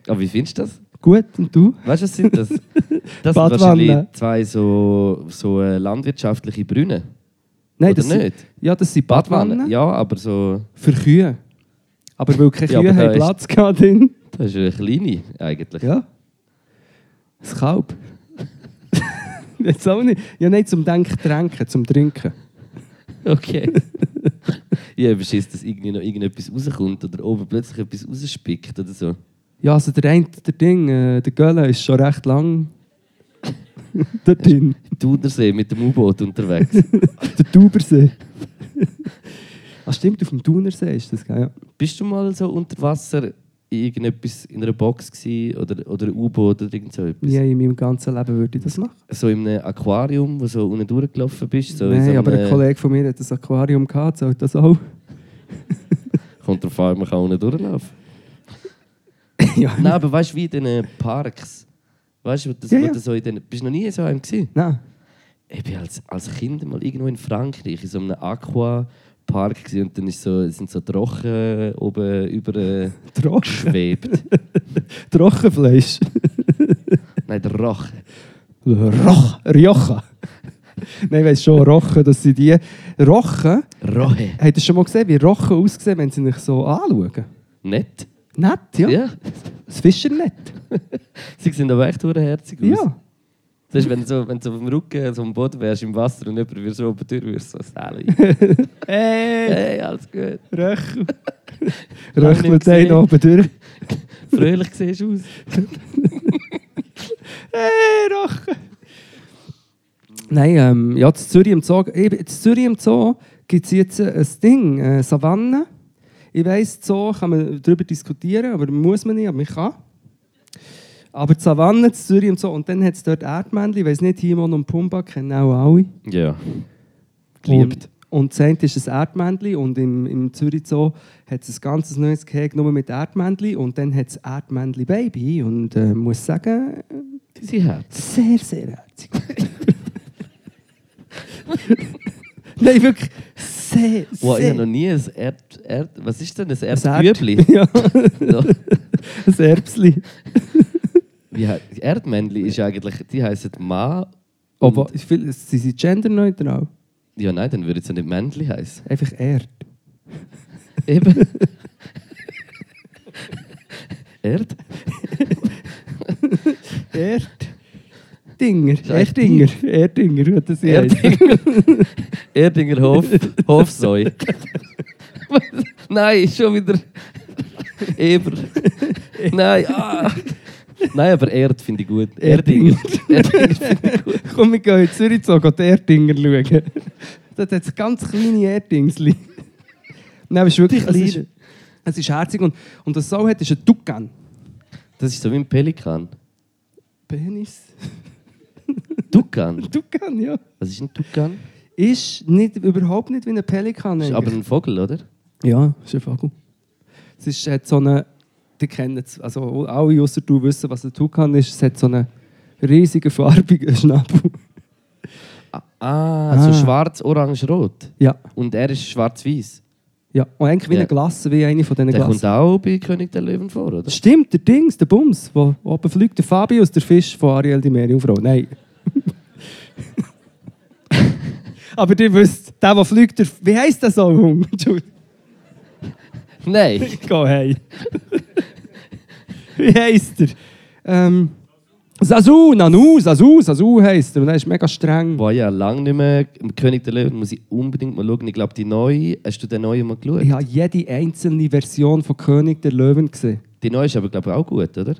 C: Aber wie findest du das?
B: Gut, und du?
C: Weißt du, was sind das? Das sind
B: Badwanne.
C: wahrscheinlich zwei so, so äh, landwirtschaftliche Brunnen.
B: Nein,
C: Oder
B: das
C: nicht?
B: Sind, ja, das sind Badwannen.
C: Ja, aber so.
B: Für Kühe. Aber weil keine
C: Ja,
B: Kühe
C: aber da
B: haben
C: ist-
B: Platz gehabt drin.
C: Das ist eine kleine eigentlich.
B: Ja. Das Kalb. Jetzt auch nicht. Ja, nein, zum Denken tränken, zum Trinken.
C: Okay. ich habe Schiss, dass irgendwie noch irgendetwas rauskommt oder oben plötzlich etwas rausspickt oder so.
B: Ja, also der eine, der Ding, äh, der Göller ist schon recht lang. der Ding,
C: Im Thunersee mit dem U-Boot unterwegs.
B: der Taubersee. ah, stimmt, auf dem Thunersee ist das, gell? Ja.
C: Bist du mal so unter Wasser in irgendetwas in einer Box gewesen, oder, oder ein U-Boot oder irgend so etwas?
B: Nie in meinem ganzen Leben würde ich das machen.
C: So in einem Aquarium, wo so unten durchgelaufen bist? So in so
B: nein, aber
C: einem-
B: ein Kollege von mir hat ein Aquarium gehabt, zählt das auch?
C: Kommt drauf an, man kann unten durchlaufen.
B: ja.
C: Nein, aber weißt du, wie in diesen Parks? Weißt du, wo das,
B: Ja,
C: wo
B: ja.
C: das so in den, bist du noch nie in so einem gewesen?
B: Nein.
C: Ich bin als, als Kind mal irgendwo in Frankreich in so einem Aquapark gewesen, und dann ist so, sind so Trochen oben übergeschwebt.
B: Trocken. Trockenfleisch.
C: Nein, der Rochen.
B: Roch, Rioja. Nein, weißt schon, Rochen, das sind die. Rochen,
C: Rohe.
B: habt ihr schon mal gesehen, wie Rochen aussehen, wenn sie mich so anschauen?
C: Nett.
B: Nett, ja?
C: Ja.
B: Das Fischernett.
C: Sie sehen aber echt herzig aus.
B: Ja.
C: Das ist, wenn du, so, wenn du so auf dem Rücken, so am Boden wärst, im Wasser und jemand würde so oben durch, würdest du so «Sally,
B: Hey,
C: hey, alles gut.
B: Röchel.
C: Lange nicht
B: Röchelt einen
C: gesehen.
B: oben durch.
C: Fröhlich siehst du aus.»
B: Hey, Rochen. Nein, ähm, ja, zu Zürich im Zoo, eben, zu Zürich im Zoo gibt es jetzt äh, ein Ding, äh, Savanne. Ich weiss, Zoo kann man darüber diskutieren, aber muss man nicht, aber man kann. Aber die Savanne zu Zürich im Zoo, und dann hat es dort Erdmännchen, ich weiss nicht, Timon und Pumba kennen auch alle.
C: Ja. Geliebt.
B: Und, und das eine ist ein Erdmännchen und im, im Zürich Zoo hat es ein ganz neues Gehege nur mit Erdmännchen und dann hat es Erdmännchen-Baby und äh, muss sagen,
C: Sie hat.
B: sehr, sehr herzig. Nein, wirklich sehr,
C: Wow, ich
B: sehr.
C: habe noch nie ein Erd... Erd was ist denn ein
B: Ein Erd-
C: Erdbübli?
B: Ja,
C: Ja.
B: ein Erbsli.
C: Wie he- die Erdmännli ist eigentlich... Die heissen Ma...
B: Aber viel- sie sind genderneutral.
C: Ja, nein, dann würde es ja nicht Männli heißen.
B: Einfach Erd.
C: Eben. Erd?
B: Erd. Dinger.
C: echt
B: Erdinger. Erdinger, hat das Erdinger.
C: Erdinger. Erdinger Hof. Hofsäu. Was? nein, schon wieder... Eber. Nein, ah. Nein, aber Erd finde ich gut. Erdinger. Erdinger finde ich gut.
B: Komm, wir gehen in Zürich zu gehen die Erdinger schauen. Dort hat es ganz kleine Erdingsli. Nein, aber es ist wirklich... Es ist,
C: Kleinen.
B: es ist herzig und, und das Sau hat ist ein Tukan.
C: Das ist so wie ein Pelikan.
B: Penis.
C: Tukan.
B: Tukan, ja.
C: Was ist ein Tukan?
B: Ist nicht, überhaupt nicht wie ein Pelikan.
C: Ist
B: eigentlich.
C: aber ein Vogel, oder?
B: ja, ist ein Vogel. Es ist, hat so eine. Die kennen es. Also alle außer du wissen, was ein Tukan ist. Es hat so einen riesigen farbigen Schnabel.
C: Ah, so
B: Ah.
C: Ah, schwarz, orange, rot.
B: Ja,
C: Und er ist schwarz-weiß.
B: Ja, und eigentlich wie
C: Ja.
B: eine Glasse, wie eine von diesen
C: Der kommt
B: Glassen.
C: auch bei König der Löwen vor, oder?
B: Stimmt, der Dings, der Bums, der oben fliegt, der Fabius, der Fisch von Ariel, die Meerjungfrau. Nein. Aber ihr wisst, der, der fliegt, der, wie heisst der so? Hund? Entschuldigung.
C: Nein.
B: Go hey. Wie heisst er? Ähm, Sasu, Nanu, Sasu, Sasu heisst er. Und er ist mega streng.
C: War ja lange nicht mehr im König der Löwen, muss ich unbedingt mal schauen. Ich glaube, die neue, hast du den neuen mal geschaut?
B: Ich habe jede einzelne Version von König der Löwen gesehen.
C: Die neue ist aber, glaube ich, auch gut, oder?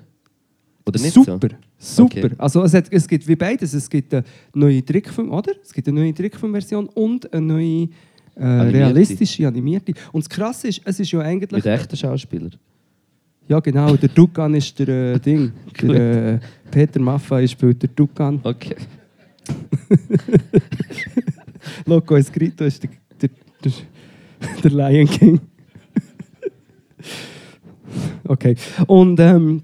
C: Oder nicht
B: super,
C: so?
B: super.
C: Okay.
B: Also es, hat, es gibt wie beides. Es gibt eine neue Trickfilm, oder? Es gibt eine neue Trickfilm-Version und eine neue äh, realistische, animierte. Und das Krasse ist, es ist ja eigentlich...
C: Mit echten Schauspielern.
B: Ja genau, der Dukan ist der äh, Ding. der, äh, Peter Maffay spielt der Dukan.
C: Okay.
B: Loco Escrito ist der, der, der, der Lion King. okay. Und ähm,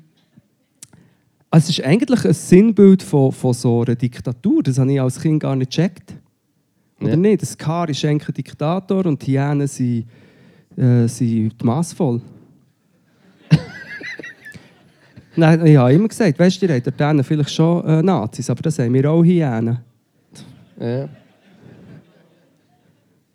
B: es ist eigentlich ein Sinnbild von, von so einer Diktatur. Das habe ich als Kind gar nicht gecheckt. Oder
C: Ja.
B: nicht? Das Kar ist eigentlich ein Diktator und die Hyänen sind, äh, sind die massvoll. Nein, ich habe immer gesagt, weißt du, ihr habt dort hinten vielleicht schon äh, Nazis, aber das haben wir auch Hyänen.
C: Ja.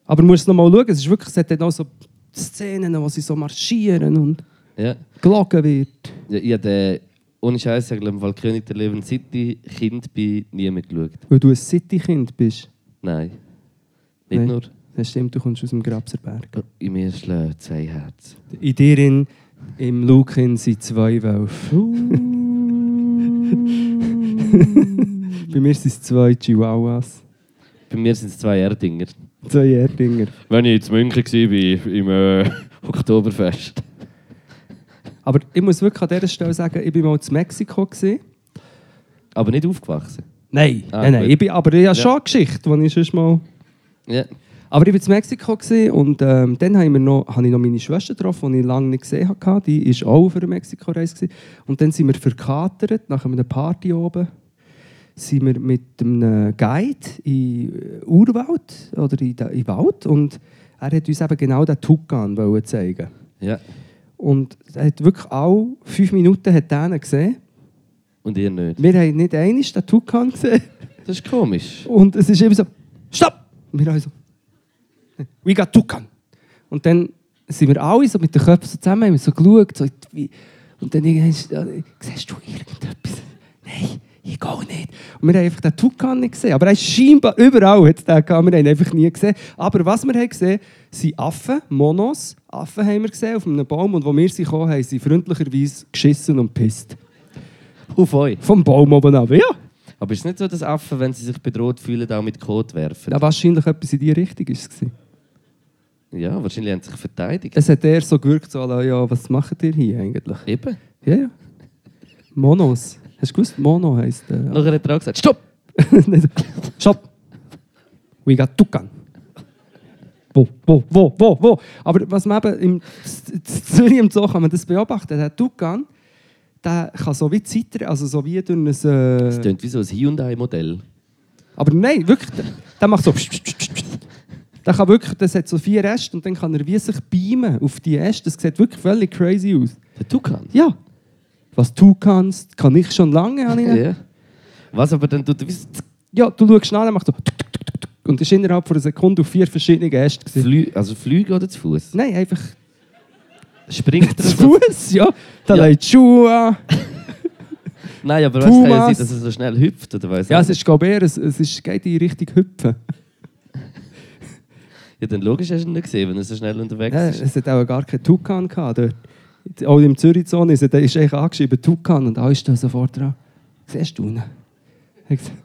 B: Aber du musst noch mal schauen, es, ist wirklich, es hat dann auch so Szenen, wo sie so marschieren und
C: ja.
B: gelogen wird.
C: ja ich habe ohne Scheiß, ich glaube, weil König der Löwen seit ich Kind bin, nie mehr geschaut.
B: Weil du ein City-Kind bist.
C: Nein. Nicht
B: Nein.
C: nur. Oh,
B: Das stimmt, du kommst aus dem Grabserberg.
C: In mir schlägt zwei Herzen.
B: In dir, in, im Lukin, sind zwei
C: Uh.
B: Wölfe. Bei mir sind es zwei Chihuahuas.
C: Bei mir sind es zwei Erdinger.
B: Zwei Erdinger.
C: Wenn ich in München war, im äh, Oktoberfest.
B: Aber ich muss wirklich an dieser Stelle sagen, ich war mal in Mexiko. Gewesen.
C: Aber nicht aufgewachsen.
B: Nein,
C: Ah,
B: nein, nein.
C: gut.
B: Ich bin, aber ich habe schon eine Geschichte, die ich sonst mal...
C: Ja.
B: Aber ich war in Mexiko gewesen und ähm, dann habe ich, mir noch, habe ich noch meine Schwester getroffen, die ich lange nicht gesehen hatte. Die war auch auf einer Mexiko-Reise. gewesen. Und dann sind wir verkatert, nach einer Party oben, sind wir mit einem Guide in äh, Urwald oder in den in den Wald. Und er hat uns eben genau den Tukan wollen zeigen.
C: ja.
B: Und er hat wirklich alle fünf Minuten hat er ihn gesehen.
C: Und ihr nicht.
B: Wir haben nicht einmal den Tukan gesehen.
C: Das ist komisch.
B: Und es ist eben so, stopp! Und wir alle so, we got Tukan. Und dann sind wir alle so mit den Köpfen so zusammen, haben wir so geschaut. So, wie, und dann irgendwann, ist- äh, siehst du irgendetwas? Nein, ich gehe nicht. Und wir haben einfach den Tukan nicht gesehen. Aber er ist scheinbar überall hat es den gehabt, wir haben ihn einfach nie gesehen. Aber was wir haben gesehen, sind Affen, Monos. Affen haben wir gesehen auf einem Baum. Und wo wir sie kamen, haben sie freundlicherweise geschissen und pisst.
C: Auf euch.
B: Vom Baum oben ab. Ja,
C: Aber ist es nicht so, dass Affen, wenn sie sich bedroht fühlen, auch mit Kot werfen?
B: ja wahrscheinlich etwas in die Richtung war es. gewesen.
C: Ja, wahrscheinlich haben sie sich verteidigt.
B: Es hat eher so gewirkt, so, à la, ja, was macht ihr hier eigentlich?
C: Eben.
B: Ja, ja. Monos. Hast du gewusst, Mono heisst. Äh,
C: Nachher hat er auch gesagt, stopp!
B: Nein, so, Stopp! We got Tukan. Wo, wo, wo, wo, wo? Aber was man eben im Z- Z- Zürich im Zoo kann man das beobachten, der Tukan, der kann so wie zittern, also so wie durch ein...
C: Das
B: Äh,
C: klingt wie so ein Hyundai-Modell.
B: aber nein, wirklich, der, der macht so... Der kann wirklich, das hat so vier Äste und dann kann er wie sich beamen auf die Äste. Das sieht wirklich völlig crazy aus.
C: Der Tukan.
B: Ja. Was du kannst, kann ich schon lange. Habe ich ja.
C: Was aber dann tut er wie so
B: ja, du schaust schnell, er macht so. tuck, tuck, tuck, tuck. Und ist innerhalb von einer Sekunde auf vier verschiedene Äste. gewesen.
C: Flü also fliegen oder zu Fuß?
B: Nein, einfach
C: Springt er
B: zu
C: so?
B: Fuß, ja. Da
C: Ja.
B: ja. die Schuhe an.
C: Nein, aber weißt du, kann ja sein,
B: Pumas.
C: dass er so schnell hüpft oder weiss
B: Ja,
C: auch
B: es ist, glaube ich, eher, es, es ist, geht in Richtung Hüpfen.
C: nicht. ja, dann logisch hast du ihn nicht gesehen, wenn er so schnell unterwegs
B: Ja,
C: ist.
B: es hat auch gar keinen Tukan gehabt. Dort. Auch im Zürich-Zone ist, da ist eigentlich angeschrieben Tukan und alles da sofort dran. Siehst du ihn? Hat gesagt,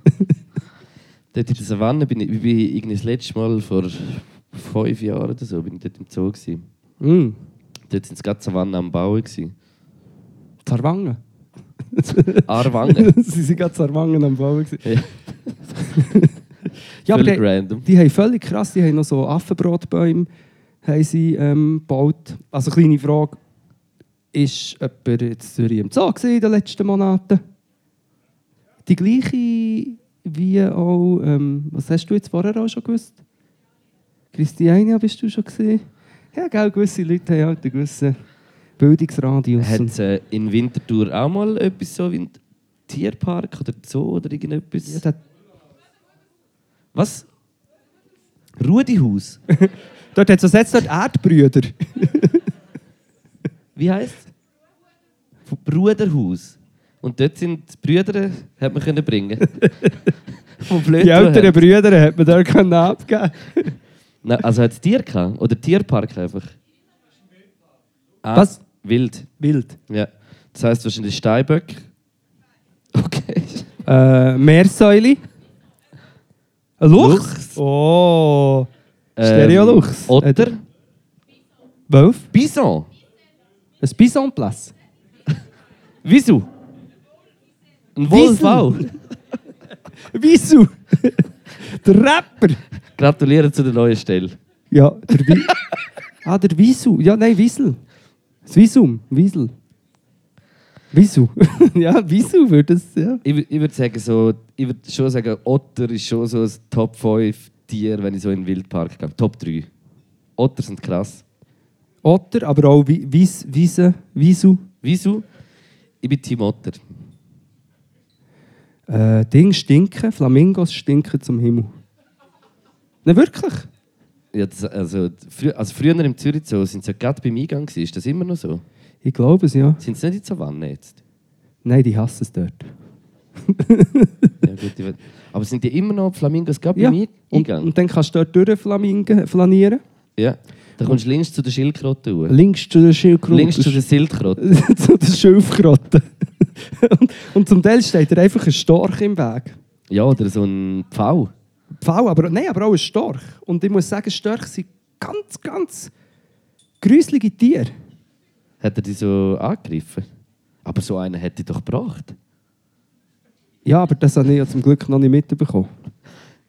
C: Dort in der Savanne bin ich, ich bin irgendwie das letzte Mal vor fünf Jahren oder so, bin ich dort im Zoo gewesen.
B: Mm,
C: Dort sind sie gerade die Savanne am Bauen gewesen.
B: Zarwangen.
C: Arwangen.
B: Sie sind gerade Zarwangen am Bauen. gewesen.
C: ja,
B: Ja, aber
C: völlig
B: der-
C: random.
B: Die haben völlig krass, die haben noch so Affenbrotbäume haben sie, ähm, gebaut. Also kleine Frage, ist jemand in Zürich im Zoo gewesen in den letzten Monaten? Die gleiche wie auch, ähm, was hast du jetzt vorher auch schon gewusst? Christiania bist du schon gesehen? Ja, gell, gewisse Leute haben halt einen gewissen Bildungsradius.
C: Hat
B: Und-
C: es äh, in Winterthur auch mal etwas so wie ein Tierpark oder Zoo oder irgendetwas?
B: Ja, der,
C: Was? Rudihaus?
B: dort hat es jetzt dort Erdbrüder.
C: Wie heisst es? Bruderhaus. Und dort sind die Brüder, hat man können bringen Von blöd
B: Die älteren
C: hat.
B: Brüder hat man dort können abgeben
C: Nein, Also hat es Tier gehabt? Oder Tierpark einfach? Ah,
B: Was?
C: Wild.
B: Wild.
C: Ja. Das heisst wahrscheinlich Steinböck. Okay.
B: Äh, Meersäule. Ein Luchs.
C: Luchs.
B: Oh. Stereoluchs.
C: Ähm, Otter.
B: Wolf.
C: Bison.
B: Ein Bisonplatz.
C: Wieso? Ein Wolf
B: Wiesel.
C: auch.
B: Wieso? der Rapper.
C: Gratuliere zu der neuen Stelle.
B: Ja, der Wi Ah, der Wiesu. Ja, nein, Wiesel. Das Wiesum. Wiesel. Wieso? ja, wieso würde es, ja.
C: Ich, wü- ich würde sagen, so, ich würde schon sagen, Otter ist schon so ein Top 5 Tier, wenn ich so in den Wildpark gehe. Top 3. Otter sind krass.
B: Otter, aber auch Wi- Wies, Wiese, Wieso.
C: Wieso? Ich bin Team Otter.
B: Äh, Ding stinken, Flamingos stinken zum Himmel. Nein, wirklich?
C: Ja, das, also, frü also früher im Zürich Zoo sind sie ja gerade beim Eingang, gewesen. ist das immer noch so?
B: Ich glaube es, ja.
C: Sind sie nicht in die Savanne jetzt?
B: Nein, die hassen es dort.
C: Ja, gut, ich will- Aber sind die immer noch die Flamingos gerade beim Ein-
B: und,
C: Eingang?
B: und dann kannst du dort durchflaminge- flanieren.
C: ja. Da kommst du links zu der Schildkröte hoch.
B: Links zu der Schildkröte.
C: Links zu der Schildkröte.
B: zu der Schilfkrotte. und, und zum Teil steht da einfach ein Storch im Weg.
C: Ja, oder so ein Pfau.
B: Pfau, aber, nein, aber auch ein Storch. Und ich muss sagen, Störche sind ganz, ganz gruselige Tiere.
C: Hat er die so angegriffen? Aber so einen hätte ich doch gebracht.
B: Ja, aber das habe ich ja zum Glück noch nicht mitbekommen.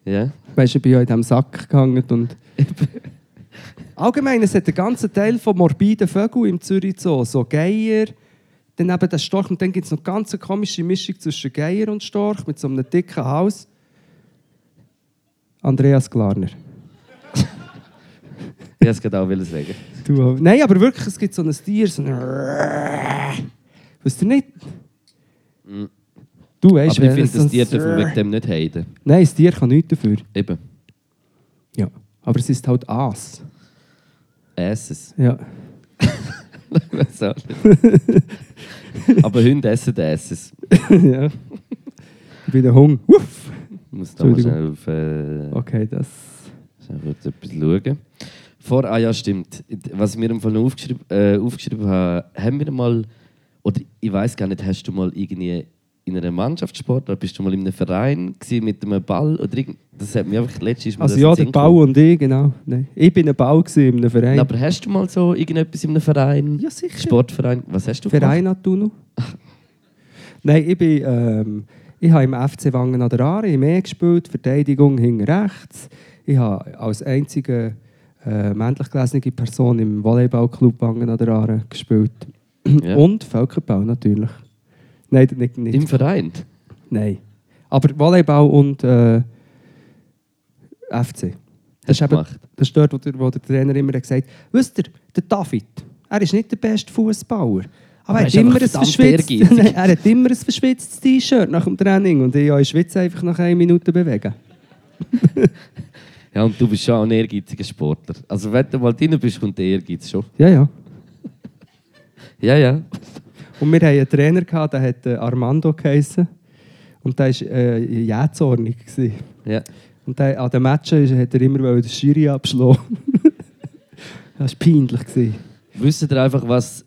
C: Ja.
B: Weißt du, ich bin ja in diesem Sack gehangen und... Allgemein, es hat einen ganzen Teil von morbiden Vögeln im Zürich Zoo. So Geier, dann eben der Storch und dann gibt es noch eine ganz komische Mischung zwischen Geier und Storch mit so einem dicken Haus. Andreas Glarner.
C: Ich wollte es gerade auch sagen.
B: Du auch. Nein, aber wirklich, es gibt so ein Tier, so ein... Weißt du nicht? Du weißt,
C: Mm. Aber ich
B: wenn
C: finde,
B: es
C: das
B: so-
C: Tier dürfen wir wegen dem nicht heiden.
B: Nein, das Tier kann nichts dafür.
C: Eben.
B: Ja. Aber es ist halt Aas.
C: Asses.
B: Ja.
C: Ich weiss auch nicht. Aber Hunde essen Asses.
B: ja. Ich bin der Hung. Uff.
C: Ich muss da mal schnell
B: Entschuldigung.
C: auf... Äh,
B: Okay, das.
C: Schnell kurz etwas schauen. Vor, ah ja, stimmt. Was ich mir im Fall noch aufgeschrieben, äh, aufgeschrieben habe, haben wir mal, oder ich weiß gar nicht, hast du mal irgendwie in einer Mannschaftssport oder bist du mal in einem Verein gewesen mit einem Ball? Oder irgend- das hat mich einfach letztens
B: Also ja, der Bau und ich, genau. Nein. Ich bin ein Bau gewesen in einem Verein.
C: Aber hast du mal so irgendetwas in einem Verein?
B: Ja, sicher.
C: Sportverein? Was hast du
B: Verein hat du noch? Nein, ich bin. Ähm, ich habe im FC Wangen an der Aare im E gespielt, Verteidigung hinten rechts. Ich habe als einzige äh, männlich gelesene Person im Volleyballclub Wangen an der Aare gespielt.
C: Ja.
B: Und Völkerbau natürlich. Nein, nicht, nicht.
C: gemacht? Im Verein?
B: Nein. Aber Volleyball und äh, FC. Das
C: Hast
B: ist,
C: du
B: eben,
C: gemacht?
B: das ist dort, wo der, wo der Trainer immer hat gesagt hat, wisst ihr, der David, er ist nicht der beste Fußballer. Aber, er,
C: er
B: hat
C: ist
B: immer
C: einfach
B: ein
C: verdammt
B: verschwitztes,
C: ehrgeizig.
B: Nein, er hat immer ein verschwitztes T-Shirt nach dem Training und ich ja in Schwitz einfach nach einer Minute bewegen.
C: Ja, und du bist schon auch ein ehrgeiziger Sportler. Also wenn du mal drin bist, kommt der Ehrgeiz schon.
B: Ja, ja.
C: Ja, ja.
B: Und wir hatten einen Trainer, gehabt, der hat äh, Armando geheissen. Und der war äh, jähzornig. gewesen.
C: ja.
B: Und der, an den Matchen ist- hat er immer wollen den Schiri abschlagen. das war peinlich. gewesen.
C: Wisst ihr einfach, was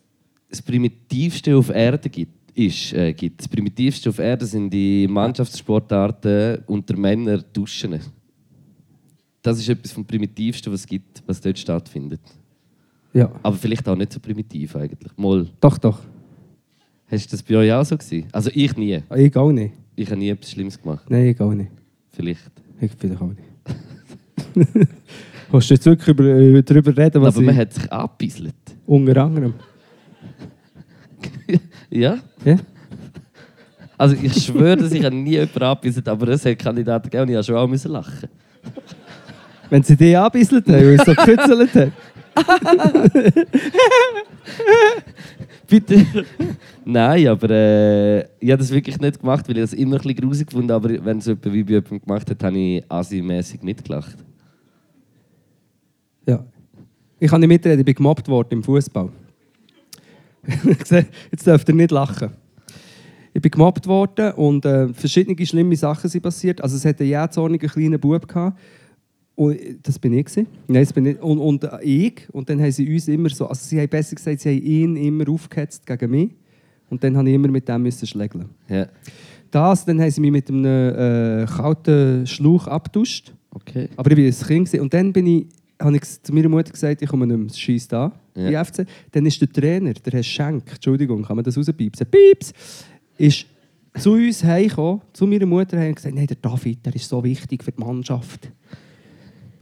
C: das Primitivste auf Erde gibt? Ist, äh, gibt. Das Primitivste auf Erde sind die Mannschaftssportarten unter Männern duschen. Das ist etwas vom Primitivsten, was es gibt, was dort stattfindet.
B: Ja.
C: Aber vielleicht auch nicht so primitiv eigentlich. Mal,
B: Doch, doch.
C: hast du das bei euch auch so gesehen? Also ich nie.
B: Ah, Ich auch nicht.
C: Ich habe nie etwas Schlimmes gemacht.
B: Nein, ich auch nicht.
C: Vielleicht.
B: Ich vielleicht auch nicht. Hast du jetzt wirklich über, äh, darüber reden, was
C: Aber man
B: ich...
C: hat sich abbisselt.
B: Unter anderem.
C: ja?
B: Ja?
C: Also ich schwöre, dass ich habe nie jemanden abbisselt, aber es hat Kandidaten gegeben und ich musste schon auch müssen lachen.
B: Wenn sie dich anbisselt haben, weil sie so gekützelt haben.
C: Bitte. Nein, aber äh, ich habe das wirklich nicht gemacht, weil ich das immer ein bisschen grusig fand. Aber wenn es jemand wie bei jemandem gemacht hat, habe ich asimässig mitgelacht.
B: Ja. Ich kann nicht mitreden, ich bin gemobbt worden im Fußball. Jetzt dürft ihr nicht lachen. Ich bin gemobbt worden und äh, verschiedene schlimme Sachen sind passiert. Also es hatte jeden zornigen kleinen Bub gehabt. Und äh, das bin ich. Gewesen. Nein, das bin ich. Und, und äh, ich. Und dann haben sie uns immer so, also sie haben besser gesagt, sie haben ihn immer aufgehetzt gegen mich. Und dann habe ich immer mit dem müssen schlägeln.
C: Ja.
B: Das, dann haben sie mich mit einem äh, kalten Schlauch abgetuscht.
C: Okay.
B: Aber ich war ein Kind. gewesen. Und dann bin ich, habe ich zu meiner Mutter gesagt, ich komme nicht mehr, scheiß da,
C: Ja.
B: die FC. Dann ist der Trainer, der Herr Schenk, Entschuldigung, kann man das rauspiepsen? Pieps! Ist zu uns heimgekommen, zu meiner Mutter heim und gesagt, nein, der David, der ist so wichtig für die Mannschaft.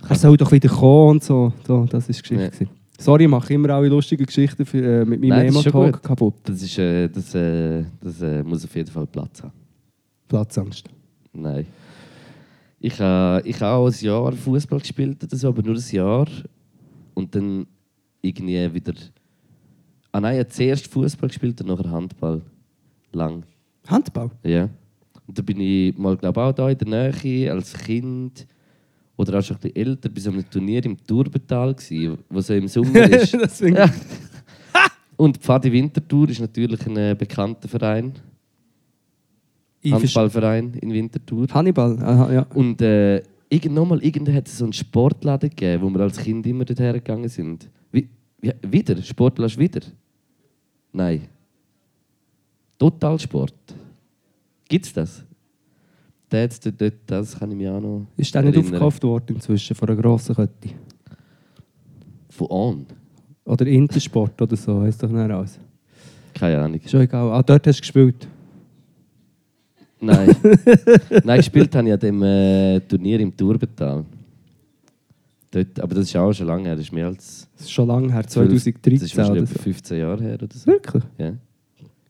B: Er soll doch wieder kommen und so. so das war die Geschichte.
C: Ja.
B: gewesen. Sorry, ich mache immer alle lustigen Geschichten für, äh, mit meinem
C: Nein, das ist schon
B: Emo-Talk
C: gut.
B: kaputt.
C: Das, ist, äh, das, äh, das äh, muss auf jeden Fall Platz haben.
B: Platzangst.
C: Nein. Ich habe ich ha auch ein Jahr Fußball gespielt, oder so, aber nur ein Jahr. Und dann irgendwie wieder. Ah nein, ich habe zuerst Fußball gespielt und nachher Handball. Lang.
B: Handball?
C: Ja. Und da bin ich mal, glaube auch da in der Nähe als Kind oder auch schon ein bisschen älter bei so einem Turnier im Turbental, gewesen, wo so im Sommer ist.
B: das finde
C: ja. Und Pfadi Winterthur ist natürlich ein äh, bekannter Verein,
B: ich verstehe.
C: Handballverein in Winterthur.
B: Hannibal, Aha, ja.
C: Und äh, irgend, nochmal, irgendwann hat es so einen Sportladen gegeben, wo wir als Kind immer dorthin gegangen sind. Wie, wie, wieder? Sportladen wieder? Nein. Totalsport. Gibt's das? Der hat's dort, dort, das kann ich mich auch noch.
B: Ist der nicht
C: erinnern.
B: aufgekauft worden inzwischen von einer grossen Kette?
C: Von On.
B: Oder Intersport oder so, heisst doch nicht alles.
C: Keine Ahnung.
B: Ist auch egal. Ah, dort hast du gespielt.
C: Nein. Nein, gespielt habe ich an dem äh, Turnier im Turbetal. Dort, aber das ist auch schon lange her, das ist mehr als
B: Das ist schon lange her,
C: Das ist
B: 2013 oder
C: wahrscheinlich
B: so.
C: etwa 15 Jahre her oder so.
B: Wirklich?
C: Ja.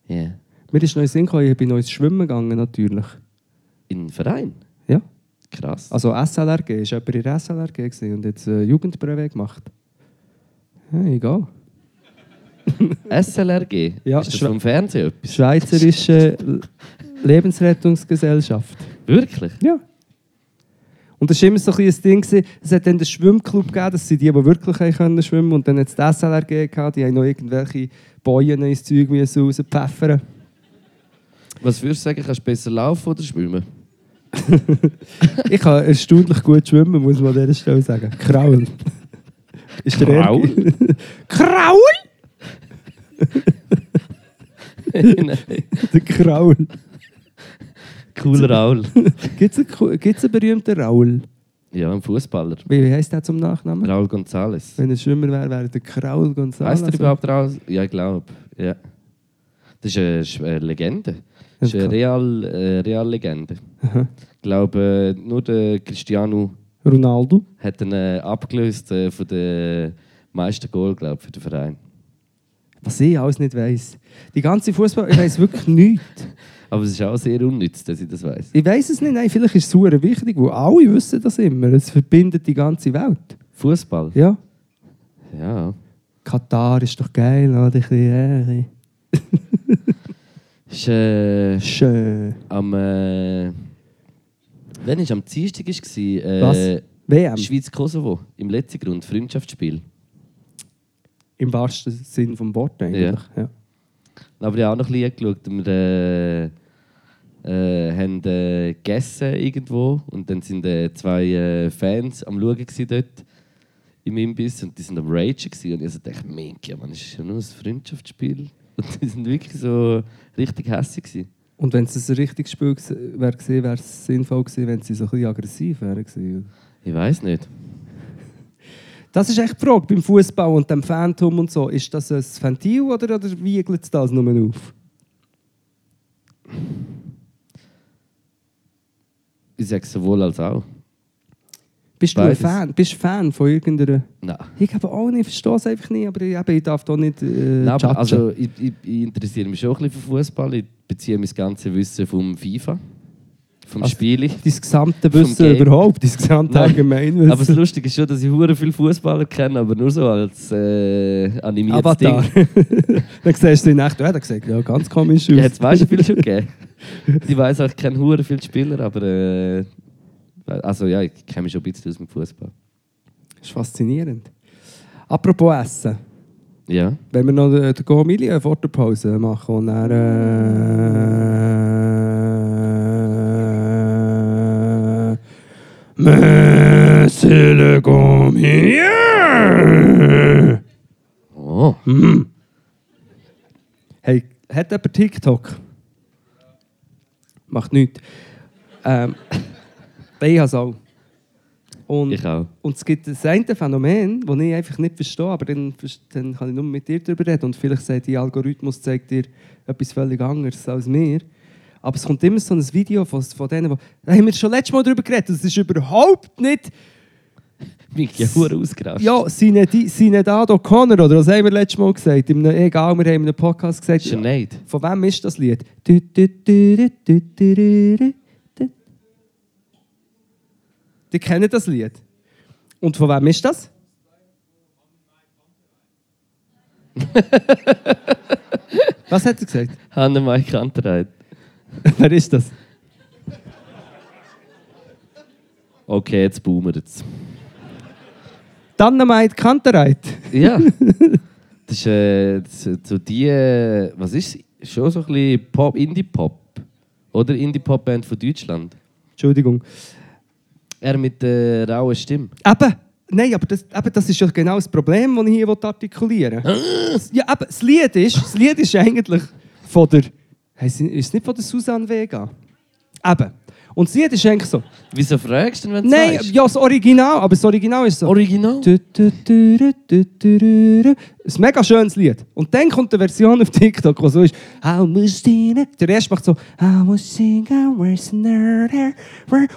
C: Ja.
B: Mir ist noch in den Sinn gekommen, ich bin noch ins Schwimmen gegangen, natürlich.
C: In den Verein?
B: Ja.
C: Krass.
B: Also SLRG, ist jemand in der SLRG gewesen und jetzt äh, Jugendbrevet gemacht. Ja, egal.
C: SLRG?
B: Ja,
C: ist das
B: Schwe-
C: vom Fernsehen etwas?
B: Schweizerische L- Lebensrettungsgesellschaft.
C: Wirklich?
B: Ja. Und das war immer so ein bisschen ein Ding. gewesen. Es hat dann den Schwimmclub gegeben, das sind die, die wirklich haben können schwimmen konnten. Und dann hat es die SLRG gehabt, die haben noch irgendwelche Bäume ins Zeug müssen rauspfeffern.
C: Was würdest du sagen, kannst du besser laufen oder schwimmen?
B: Ich kann erstaunlich gut schwimmen, muss man an dieser Stelle sagen. Kraul. Ist der
C: Kraul?
B: Ergi. Kraul?
C: Nein.
B: Der Kraul.
C: Cool Raul.
B: Gibt es einen, Ku- gibt's einen berühmten Raul?
C: ja, ein Fußballer.
B: Wie, wie heisst der zum Nachnamen?
C: Raul González.
B: Wenn er Schwimmer wäre, wäre der Kraul González.
C: Weißt du überhaupt Raul? Ja, ich glaube. Ja. Das ist eine Sch- eine Legende. Das ist eine Real, äh, Real-Legende.
B: Aha.
C: ich glaube, äh, nur der Cristiano
B: Ronaldo?
C: hat ihn äh, abgelöst äh, von den meisten Goal, glaube ich, für den Verein.
B: Was ich alles nicht weiss. Die ganze Fußball, ich weiss wirklich nichts.
C: Aber es ist auch sehr unnütz, dass ich das weiß.
B: Ich weiß es nicht, nein, vielleicht ist es super wichtig, weil alle wissen das immer. Es verbindet die ganze Welt.
C: Fußball?
B: Ja.
C: Ja.
B: Katar ist doch geil, oder? Ein bisschen, äh, ein bisschen
C: Ist, äh,
B: Schön.
C: am. Äh, wenn ich am Dienstag war,
B: Was?
C: äh,
B: WM?
C: Schweiz-Kosovo, im letzten Grund, Freundschaftsspiel.
B: Im wahrsten Sinn vom Wort eigentlich. Ja.
C: Da habe ich auch noch ein bisschen geschaut. und Wir äh, äh, haben äh, gegessen irgendwo und dann sind äh, zwei äh, Fans am Schauen gewesen dort im Imbiss und die sind am Ragen gewesen. und ich so dachte, Minke, man, das ist ja nur ein Freundschaftsspiel. Und die sind wirklich so richtig hässlich gewesen.
B: Und wenn es ein richtiges Spiel gewesen wäre gewesen, wäre es sinnvoll gewesen, wenn sie so ein bisschen aggressiv wären. gewesen.
C: Ich weiß nicht.
B: Das ist echt die Frage beim Fußball und dem Phantom und so. Ist das ein Ventil oder, oder wiegelt es das nur auf?
C: Ich sage sowohl als auch.
B: Bist
C: Beides.
B: du ein Fan? Bist du Fan von irgendeiner.
C: Nein.
B: Ich habe auch nicht, verstehe es einfach nicht, aber ich, eben, ich darf da nicht. Äh,
C: Nein, aber
B: judgen.
C: also, ich, ich, ich interessiere mich schon ein bisschen für Fußball. Ich beziehe mein ganzes Wissen vom FIFA. vom
B: Also,
C: Spiel.
B: Dein gesamte
C: Vom
B: Wissen
C: Game.
B: überhaupt, dein gesamte
C: Nein,
B: Allgemeinwissen.
C: Aber das Lustige ist schon, dass ich hure viele Fußballer kenne, aber nur so als äh, animiertes
B: Avatar.
C: Ding.
B: dann siehst du ihn echt, ja, der sieht ja ganz komisch aus.
C: Ja, jetzt weißt du viel schon gegeben. Ich weiss auch, ich kenne hure viele Spieler, aber äh, also ja, ich kenne mich schon ein bisschen aus dem Fußball.
B: Das ist faszinierend. Apropos Essen.
C: Ja.
B: Wenn wir noch äh, den Go-Milio vor der Pause machen und dann... Äh, Monsieur le Go-Milio!
C: Oh.
B: Hm. Hey, hat jemand TikTok? Macht nichts. Ähm, ich habe es auch. Und,
C: Ich auch.
B: und es gibt das eine Phänomen, das ich einfach nicht verstehe, aber dann, vers- dann kann ich nur mit dir darüber reden. Und vielleicht sagt der Algorithmus zeigt dir etwas völlig anderes als mir. Aber es kommt immer so ein Video von, von denen, wo, da haben wir schon letztes Mal darüber geredet, und es ist überhaupt nicht
C: Mich ja hure ausgerastet.
B: ja, Sinedado Connor, oder was haben wir letztes Mal gesagt? In einem, egal, wir haben in einem Podcast gesagt.
C: Sinead.
B: Von wem ist das Lied? Du, du, du, du, du, du, du, du, du. Die kennen das Lied. Und von wem ist das? was hat er gesagt?
C: Hanne Mai Kantereit.
B: Wer ist das?
C: Okay, jetzt boomen jetzt.
B: Dynamite Kantereit.
C: Ja. Das ist, äh, das, ist so die, äh, was ist es? Schon so ein bisschen Pop, Indie-Pop. Oder Indie-Pop-Band von Deutschland.
B: Entschuldigung.
C: Er mit der äh, rauen Stimme.
B: Eben, nein, aber das, eben, das ist ja genau das Problem, das ich hier artikulieren will. ja, eben, das Lied ist, das Lied ist eigentlich von der. Heisst- Ist es nicht von der Susanne Vega? Eben. Und das Lied ist eigentlich so.
C: Wieso fragst du denn, wenn du
B: Nein,
C: weißt?
B: ja, das Original, aber das Original ist so.
C: Original?
B: Du, du, du, du, du, du, du, du. Ein mega schönes Lied. Und dann kommt die Version auf TikTok, die so ist. How much did Der erste macht so. I was sing, I was nerd.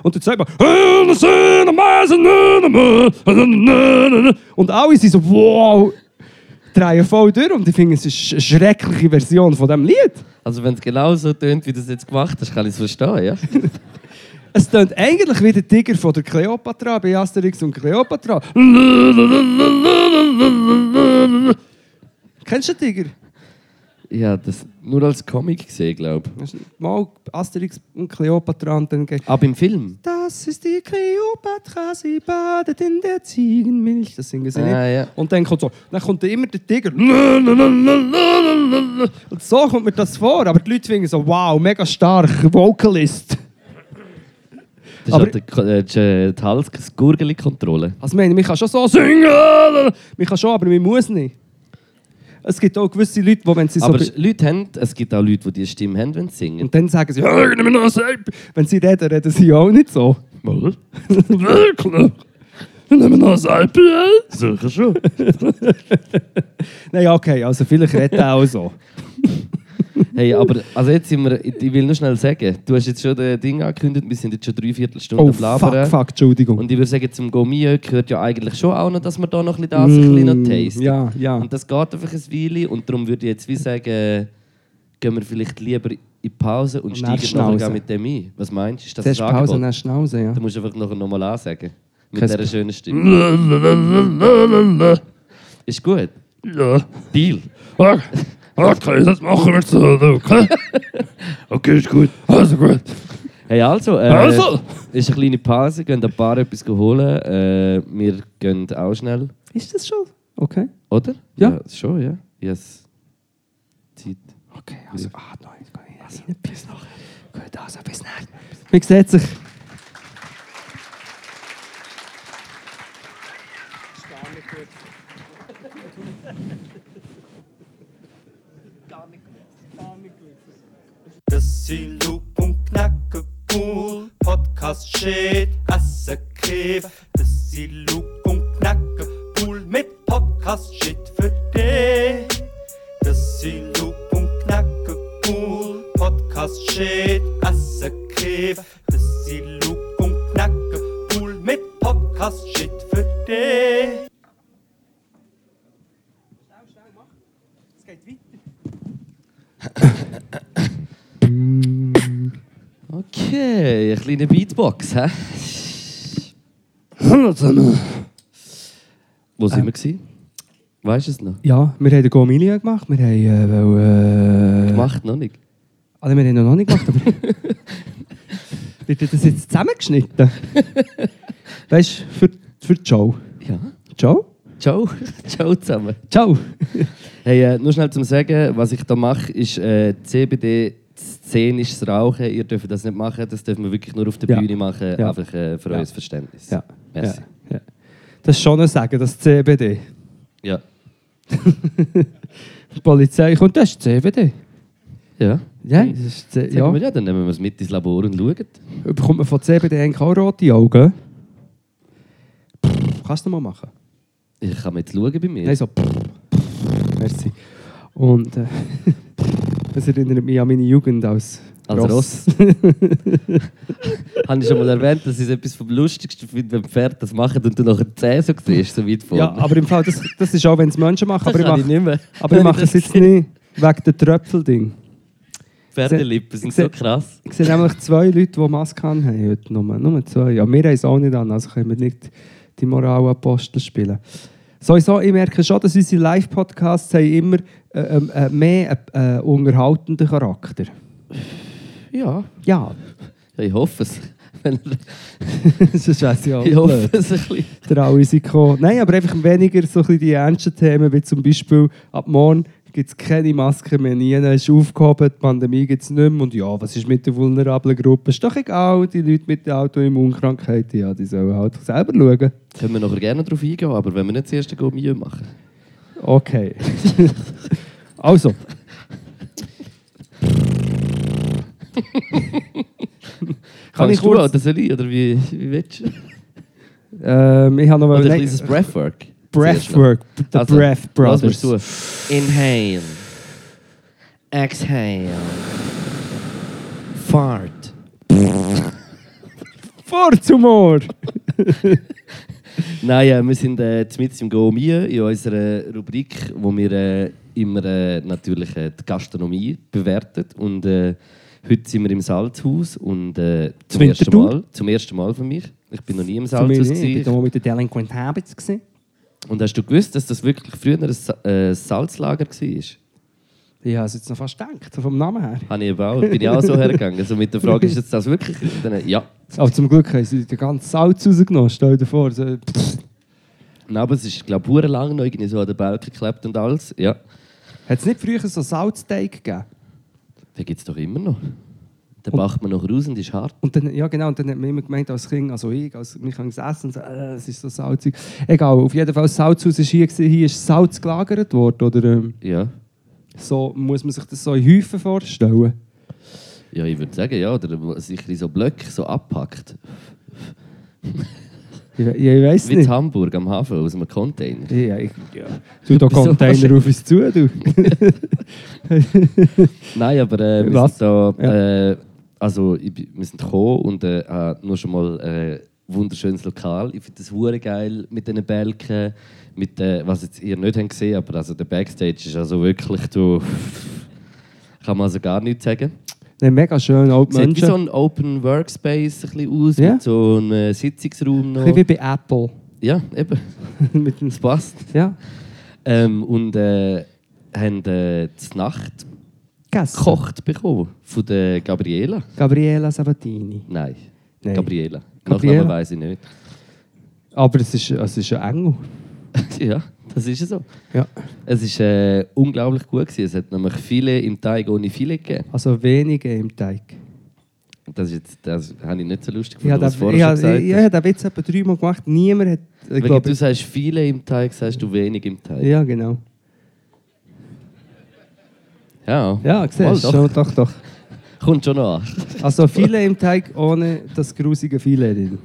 B: Und der zweite macht. Und alle sind so, wow. Drehen voll durch und ich finde, es ist eine schreckliche Version von diesem Lied.
C: Also wenn es genau so tönt, wie du es jetzt gemacht hast, kann ich es verstehen, ja?
B: Es tönt eigentlich wie der Tiger von der Kleopatra bei Asterix und Kleopatra. Kennst du den Tiger?
C: ja, das nur als Comic gesehen, glaube ich.
B: Hast du Mal Asterix und Kleopatra und dann geht.
C: Aber im Film?
B: Das ist die Kleopatra, sie badet in der Ziegenmilch. Das singen sie nicht.
C: Ah, ja.
B: Und dann kommt so, dann kommt immer der Tiger. Und so kommt mir das vor. Aber die Leute finden so, wow, mega stark, Vocalist.
C: Das
B: Aber-
C: ist halt die, äh, die, äh, die Hals, das Gurgeli-Kontrolle.
B: Also, ich meine, man kann schon so singen. Man kann schon, aber man muss nicht. Es gibt auch gewisse Leute, die, wenn sie so.
C: Aber
B: bei-
C: Leute haben, es gibt auch Leute, die diese Stimme haben, wenn sie singen.
B: Und dann sagen sie, ja, ich nehme noch ein Seib. Wenn sie reden, reden sie auch nicht so.
C: Mal?
B: Wirklich? Ich nehme noch ein Seib.
C: Sicher schon.
B: Nein, okay, also vielleicht reden auch so.
C: Hey, aber also jetzt sind wir, ich ich will nur schnell sagen, du hast jetzt schon das Ding angekündigt, wir sind jetzt schon dreiviertel Stunde
B: Oh,
C: am Labern.
B: fuck, fuck, Entschuldigung.
C: Und ich würde sagen, zum Gomio gehört ja eigentlich schon auch noch, dass wir da noch ein bisschen das ein bisschen noch tasten.
B: Mm, ja, ja.
C: Und das geht einfach ein Weile und darum würde ich jetzt wie sagen, äh, gehen wir vielleicht lieber in die Pause und,
B: Und dann
C: steigen nachher
B: Schnauze.
C: gehen mit dem ein. Was meinst du? Ist das
B: Zuerst
C: ein
B: Pause,
C: Angebot?
B: dann Schnauze, ja.
C: Du musst einfach nachher nochmal ansagen. Mit
B: Kein
C: dieser schönen Stimme. Ist gut.
E: Ja.
C: Deal.
E: Okay, das machen wir so, okay? Okay, ist gut. Also gut.
C: Hey, also, äh,
E: Also!
C: ist eine kleine Pause, gehen ein paar etwas holen. Äh, wir gehen auch schnell,
B: Ist das schon? Okay.
C: oder?
B: Ja.
C: schon, ja. Yes. Zeit.
B: Okay, also, ah, nein, ich gehe also, bis nachher. Gut, also, bis nachher. Man sieht sich.
A: Bissi Lup und Knacke cool, Podcast shit, Asse Kiff. Bissi Lup und Knacke cool mit Podcast shit für dich. Bissi Lup und Knacke cool, Podcast shit, Asse Kiff. Bissi Lup und Knacke cool mit Podcast shit für dich.
B: Es geht weiter.
C: Okay. Okay, eine kleine Beatbox, hä?
B: Hallo zusammen. Ähm.
C: Wo sind wir gewesen? Weißt du es noch?
B: Ja, wir haben den Gomilia gemacht. Wir haben. Äh, weil, äh,
C: Gemacht noch nicht.
B: Also, wir haben ihn noch nicht gemacht, aber. Wird das jetzt zusammengeschnitten? weißt du, für, für die Show.
C: Ja.
B: Ciao?
C: Ciao. Ciao zusammen.
B: Ciao!
C: Hey, äh, nur schnell zum Sagen, was ich da mache, ist äh, CBD szenisches Rauchen. Ihr dürft das nicht machen, das dürfen wir wirklich nur auf der
B: Ja.
C: Bühne machen,
B: Ja.
C: einfach äh, für
B: Ja.
C: euer Verständnis.
B: Ja.
C: Merci.
B: Ja. ja. Das ist schon ein Sagen, das CBD.
C: Ja.
B: Die Polizei kommt, das ist CBD.
C: Ja.
B: Ja, das ist C
C: Ja.
B: ja.
C: Wir, ja, dann nehmen wir es mit ins Labor und schauen.
B: Bekommt man von CBD eigentlich auch rote Augen? Pff, kannst du noch mal machen?
C: Ich kann mir jetzt schauen bei mir.
B: Nein, so. Merci. Und äh, das erinnert mich an meine Jugend als,
C: Als Also Ross. Habe ich schon mal erwähnt, dass ich es etwas vom Lustigsten finde, wenn Pferd das machen und du nachher die Zähne so siehst, so weit vorne.
B: Ja, aber im Fall, das, das ist auch, wenn es Menschen machen.
C: das
B: Aber ich
C: kann
B: mache,
C: ich nicht mehr.
B: aber ich mache es jetzt nicht wegen dem Tröpfelding.
C: Pferdelippen sind
B: Ich seh-
C: so krass.
B: Ich sehe nämlich zwei Leute, die Maske haben heute. Nur, nur zwei. Ja, wir haben es auch nicht an, also können wir nicht die Moralapostel spielen. Sowieso, ich merke schon, dass unsere Live-Podcasts haben immer äh, ähm, äh, mehr äh, äh, unterhaltenden Charakter Ja,
C: Ja. ja ich hoffe es. Wenn er-
B: das ist ja auch
C: ich hoffe
B: blöd.
C: es ein bisschen.
B: Der Risiko. Nein, aber einfach weniger so ein bisschen die ernsten Themen, wie zum Beispiel ab morgen gibt es keine Masken mehr, nie ist aufgehoben, die Pandemie gibt es nicht mehr und ja, was ist mit der vulnerablen Gruppe? Ist doch egal, die Leute mit der Autoimmunkrankheiten, ja, die sollen halt selber schauen.
C: Können wir nachher gerne darauf eingehen, aber wenn wir nicht zuerst ein Gourmet machen.
B: Okay. also. Kann ich
C: Kannst du auch,
B: kurz...
C: oder soll ich? Oder wie, wie willst du?
B: Ähm, ich habe noch...
C: Oder ein
B: nein,
C: kleines Breathwork.
B: Breathwork. The
C: Also,
B: Breath
C: Lass mir
B: Brothers.
C: zu. Inhale. Exhale. Fart.
B: Vor zum Ohr!
C: Nein, äh, wir sind äh, mit im Gourmet in unserer Rubrik, wo wir äh, immer äh, natürlich äh, die Gastronomie bewerten. Und äh, heute sind wir im Salzhaus und äh, zum,
B: Zu
C: ersten
B: Winterthur?
C: Mal, zum ersten Mal von mir. Ich bin noch nie im
B: Zu mir nicht,
C: Salzhaus.
B: Ich
C: gewesen.
B: bin da mal mit den Delinquent Habits. Gewesen.
C: Und hast du gewusst, dass das wirklich früher ein Sa äh, Salzlager war?
B: Ich habe es jetzt noch fast gedacht, so vom Namen her.
C: Habe ich eben auch, bin ich auch so hergegangen. Also mit der Frage, ist jetzt das wirklich? Dann, ja.
B: Aber zum Glück haben sie den ganzen Salz rausgenommen, stell dir vor. So, pff.
C: Nein, aber es ist, glaube ich, lang noch irgendwie so an den Balken geklebt und alles. Ja.
B: Hat es nicht früher so Salzteig gegeben?
C: Den gibt es doch immer noch. Den
B: Und-
C: backt man noch raus und ist hart.
B: Und dann, ja genau, und dann hat man immer gemeint, als Kind, also ich, als wir können es essen, so, äh, es ist so salzig. Egal, auf jeden Fall, das Salzhaus ist hier, gewesen, hier ist Salz gelagert worden, oder ähm,
C: Ja.
B: so muss man sich das so in Häufen vorstellen.
C: Ja, ich würde sagen, ja, oder sicher in so Blöcke so abpackt.
B: Ich, we- ich weiß
C: Wie in
B: nicht.
C: Hamburg am Hafen aus einem Container.
B: Ja, ich, ja. Du, da
C: Wieso hast
B: Container
C: du-
B: auf uns zu, du.
C: Nein, aber äh, wir
B: Was?
C: sind da. Äh, also, ich, bin- wir sind gekommen und äh, habe nur schon mal äh, wunderschönes Lokal. Ich finde das hure geil mit diesen Bälken. Mit, äh, was jetzt ihr nicht habt gesehen aber also der Backstage ist also wirklich. Du, kann man also gar nichts sagen.
B: Nein, mega schön, auch die
C: Sieht wie
B: Menschen.
C: so ein Open Workspace ein bisschen aus,
B: Ja.
C: mit so einem äh, Sitzungsraum
B: Ein
C: noch.
B: bisschen wie bei Apple.
C: Ja, eben.
B: Mit dem
C: Es passt.
B: ja,
C: Ähm, und äh, haben äh, die Nacht
B: Gäste.
C: gekocht bekommen von der Gabriela.
B: Gabriela Sabatini.
C: Nein.
B: Nein.
C: Gabriela.
B: Gabriela.
C: Nachnamen weiß ich nicht.
B: Aber es ist, es ist ein Engel.
C: ja, das ist so.
B: Ja.
C: Es ist äh, unglaublich gut gewesen. Es hat nämlich viele im Teig ohne viele gegeben.
B: Also wenige im Teig.
C: Das, ist jetzt, das habe ich nicht so lustig
B: Ich habe
C: was
B: den,
C: du
B: ich
C: vorher schon
B: habe-
C: gesagt
B: ich
C: hast.
B: habe den Witz etwa dreimal gemacht. Niemand hat. Ich
C: Wenn du
B: glaube,
C: sagst viele im Teig, sagst du wenig im Teig.
B: ja, genau.
C: Ja,
B: Ja,
C: Mal
B: siehst du.
C: doch.
B: Schon, Doch, doch.
C: Kommt schon noch an.
B: Also viele im Teig ohne das grusige Filet. drin.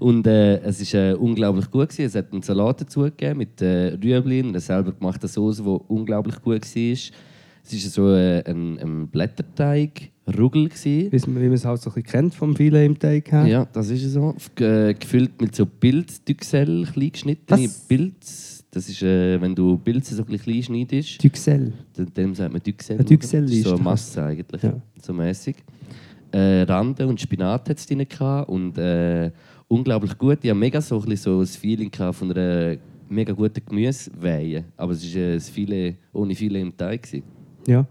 C: Und äh, es war äh, unglaublich gut. Gewesen. Es hat einen Salat dazu gegeben mit äh, Rüebli und einer selber gemachten Soße, die unglaublich gut war. Es war so äh, ein, ein Blätterteig, Ruggel.
B: Wie man wie man es halt so ein bisschen kennt vom Filet im Teig. her.
C: Ja, das ist so. F- Äh, gefüllt mit so Pilzdüchsel, klein geschnittene
B: Was?
C: Pilz. Das ist, äh, wenn du Pilze so ein bisschen klein schneidest.
B: Duxelles.
C: Dem- Dem sagt man Düxel.
B: Ein Düxel
C: Das ist
B: ist
C: so eine
B: doch-
C: Masse eigentlich,
B: Ja.
C: so mäßig. äh, Rande und Spinat hat's drin gehabt und äh, unglaublich gut. Ich hatte mega so ein, bisschen so ein Feeling gehabt von einer mega guten Gemüseweihe. Aber es war äh, ein Filet, ohne Filet im Teig. Gewesen.
B: Ja.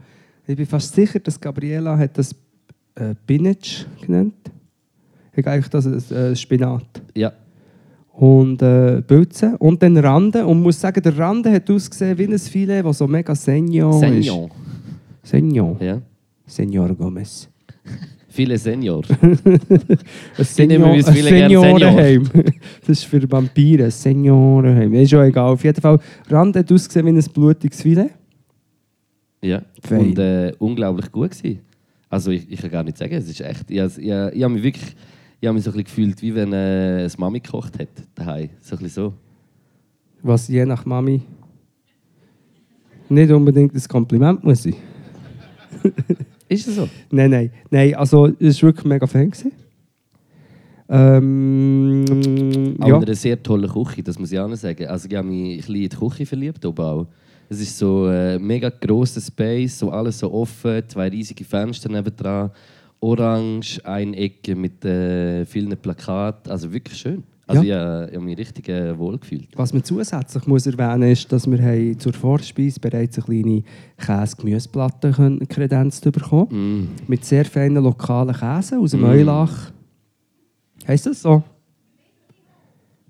B: Ich bin fast sicher, dass Gabriela hat das äh, Spinach genannt hat. Eigentlich das als, äh, Spinat.
C: Ja,
B: Und äh, Pilze. Und dann Rande. Und muss sagen, der Rande hat ausgesehen wie ein Filet, das so mega Senior ist.
C: Senior.
B: Senior.
C: Ja.
B: Senior Gomez.
C: Viele Senior.
B: Ein
C: nehme
B: Senior,
C: mein
B: ein
C: Wille gern
B: Seniorenheim. Das ist für Vampire, ein Seniorenheim. Ist ja egal. Auf jeden Fall, Rand hat ausgesehen wie ein blutiges Filet.
C: Ja.
B: Fein.
C: Und äh, unglaublich gut gewesen. Also ich, ich kann gar nicht sagen, es ist echt. Ich, has- ich, ich habe mich wirklich ich hab mich so ein bisschen gefühlt, wie wenn äh, es Mami gekocht hat daheim. So ein bisschen so.
B: Was je nach Mami nicht unbedingt ein Kompliment muss sein.
C: Ist es so?
B: Nein, nein. Nein, also es war wirklich mega Fan. gewesen. Ähm,
C: Aber
B: ja.
C: in einer sehr tollen Küche, das muss ich auch noch sagen. Also ich habe mich ein bisschen in die Küche verliebt oben auch. Es ist so ein mega grosser Space, so alles so offen, zwei riesige Fenster nebendran, orange, eine Ecke mit äh, vielen Plakaten, also wirklich schön. Also ich, äh, ich habe mich richtig äh, wohl gefühlt.
B: Was man zusätzlich muss erwähnen muss, ist, dass wir haben zur Vorspeise bereits eine kleine Käse-Gemüseplatte können- kredenzt bekommen
C: Mm.
B: Mit sehr feinen lokalen Käse aus dem Eulach. Heißt das so?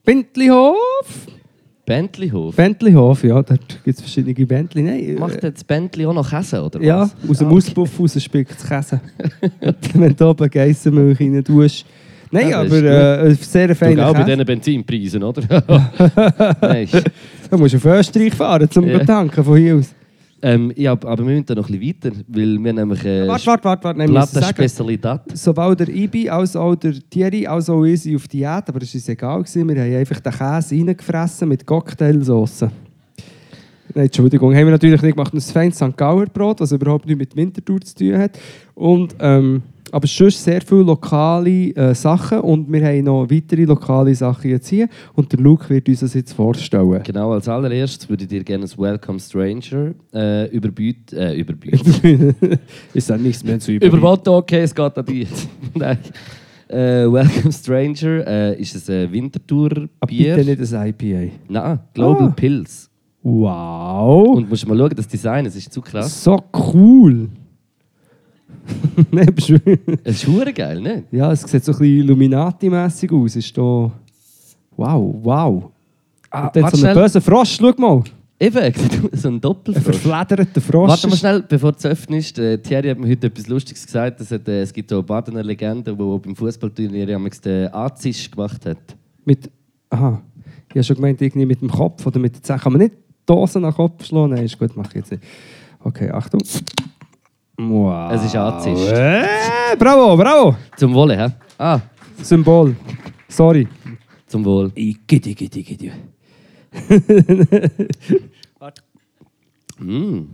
B: Bentlihof?
C: Bentleyhof.
B: Bentlihof, ja, dort gibt es verschiedene Bentli. Nein, äh,
C: Macht jetzt Bentley auch noch Käse, oder was?
B: Ja, aus dem Auspuff raus spickt es Käse. Und Wenn du oben Geissenmilch rein tust. Nein,
C: Ja, das
B: aber
C: ist
B: äh, ein sehr
C: Du
B: feiner
C: auch bei
B: Käse.
C: diesen Benzinpreisen, oder? Nein.
B: Da musst du auf Österreich fahren, um
C: Ja.
B: zu tanken von hier aus.
C: Ähm, ja, aber wir müssen da noch ein bisschen weiter, weil wir nämlich äh,
B: Warte, warte, warte, warte. nein, wir müssen sagen,
C: Plattenspezialität.
B: Sowohl der Ibi als auch der Thierry als auch ich sind auf Diät, aber es war uns egal. Gewesen. Wir haben einfach den Käse reingefressen mit Cocktailsauce. Nein, Entschuldigung, haben wir natürlich nicht gemacht. Ein feines St. Gauer Brot, was überhaupt nichts mit Winterthur zu tun hat. Und, ähm, aber sonst sehr viele lokale äh, Sachen und wir haben noch weitere lokale Sachen jetzt hier. Und der Luke wird uns das jetzt vorstellen.
C: Genau, als allererstes würde ich dir gerne ein Welcome Stranger äh, überbieten. Äh, überbieten.
B: Ist dann nichts mehr zu
C: Über Motto, okay, es geht an dich. Nein. Äh, Welcome Stranger äh, ist es ein Wintertour-Bier.
B: Ah, Bitte nicht ein IPA.
C: Nein, Global
B: Ah.
C: Pills.
B: Wow!
C: Und musst mal schauen, das Design, es ist zu krass.
B: So cool! Nein, bist du-
C: Es ist hure geil, ne?
B: ja, es sieht so ein bisschen Illuminati-mässig aus. Ist da... Wow, wow.
C: Ah,
B: Und jetzt so ein böser Frosch, schau mal.
C: Eben, so ein
B: Ein
C: Doppelfrosch.
B: verflederter Frosch.
C: Warte mal schnell, bevor du öffnest. Äh, Thierry hat mir heute etwas Lustiges gesagt. Es, hat, äh, es gibt so eine Badener Legende, die beim Fußballturnier damals den Azisch gemacht hat.
B: Mit... Aha. Ich habe schon gemeint, irgendwie mit dem Kopf oder mit der Zeche. Kann man nicht Dosen nach den Kopf schlagen? Nein, ist gut, mache ich jetzt nicht. Okay, Achtung. Wow.
C: Es ist Azisch.
B: Äh, bravo, bravo.
C: Zum Wohle, hä? Ah,
B: Symbol. Sorry.
C: zum Wohl.
B: Igidi, igidi, igidi.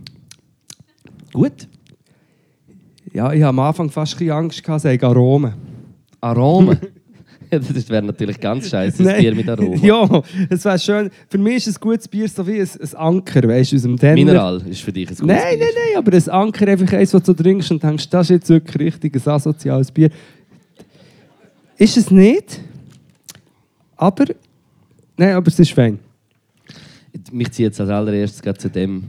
C: Mm. Gut.
B: Ja, ich habe am Anfang fast ein bisschen Angst gehabt, sie haben Aromen.
C: Aromen. das wäre natürlich ganz scheiße, ein
B: Nein.
C: Bier mit Aromen.
B: Ja, es wäre schön. Für mich ist ein gutes Bier so wie ein, ein Anker, weißt du, aus dem Denner.
C: Mineral ist für dich ein gutes
B: Nein,
C: Bier.
B: nein, nein, aber ein Anker einfach eins, das du trinkst und denkst, das ist jetzt wirklich richtig ein asoziales Bier. Ist es nicht, aber, nein, aber es ist fein.
C: Mich zieht jetzt als allererstes gerade zu dem.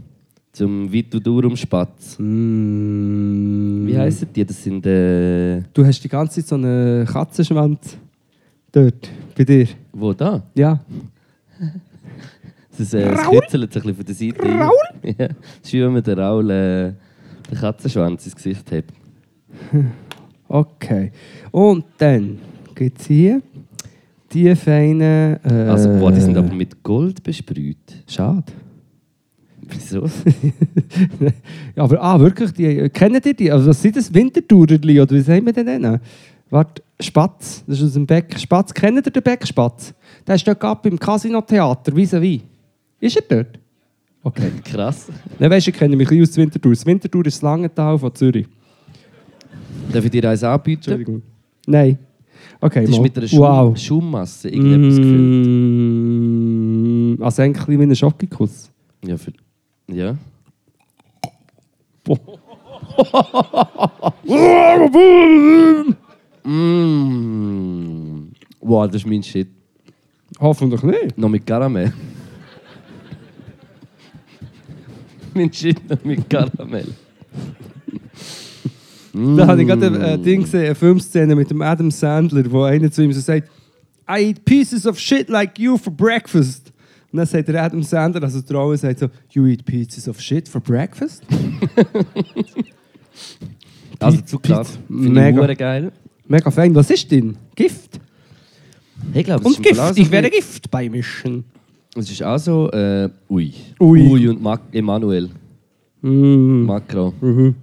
C: Zum Vitudurum Spatz. Wie heissen die? Das sind. Äh,
B: Du hast die ganze Zeit so einen Katzenschwanz dort, bei dir.
C: wo da?
B: Ja.
C: Das, äh, es kitzelt sich ein bisschen von der Seite. ein. Ja, es ist wie wenn man den Raul äh, den Katzenschwanz ins Gesicht hat.
B: Okay. Und dann gibt es hier die feinen... Äh,
C: Also, boah, die sind aber mit Gold besprüht.
B: Schade.
C: Wieso?
B: ja, aber ah, wirklich, die, kennt ihr die? Also, was sind das? Wintertourerli oder wie sagen wir denn denen? Warte, Spatz, das ist aus dem Beck. Spatz, kennt ihr den Beckspatz? Der ist dort ab im Casino-Theater, vis-à-vis. Ist er dort? Okay.
C: Krass.
B: Nein, weißt du, ich kenne mich ein bisschen aus Winterthur. Das Winterthur ist das Langenthal von Zürich.
C: Darf ich dir eins anbieten?
B: Entschuldigung. Nein. Okay,
C: Das ist
B: mal.
C: mit einer Schum
B: wow.
C: Schummasse irgendetwas gefüllt.
B: Mm, also eigentlich ein bisschen wie ein Schokokuss.
C: Ja, für, ja. Mm. Wow, das ist mein Shit.
B: Hoffentlich nicht.
C: Noch mit Karamell. mein Shit noch mit Karamell.
B: Da habe ich gerade ein äh, Ding gesehen, eine Filmszene mit dem Adam Sandler, wo einer zu ihm so sagt, I eat pieces of shit like you for breakfast. Und dann sagt der Adam Sandler, also der Owen, sagt so, you eat pieces of shit for breakfast?
C: Also zu klar.
B: Pizza.
C: Finde ich
B: Mega.
C: hure geil.
B: Mega fein. Was ist denn? Gift?
C: Ich glaube,
B: Und Gift. Ich werde Gift beimischen.
C: Es ist auch so, äh, ui.
B: Ui.
C: und Mac Emanuel.
B: Mm.
C: Macro.
B: Mhm.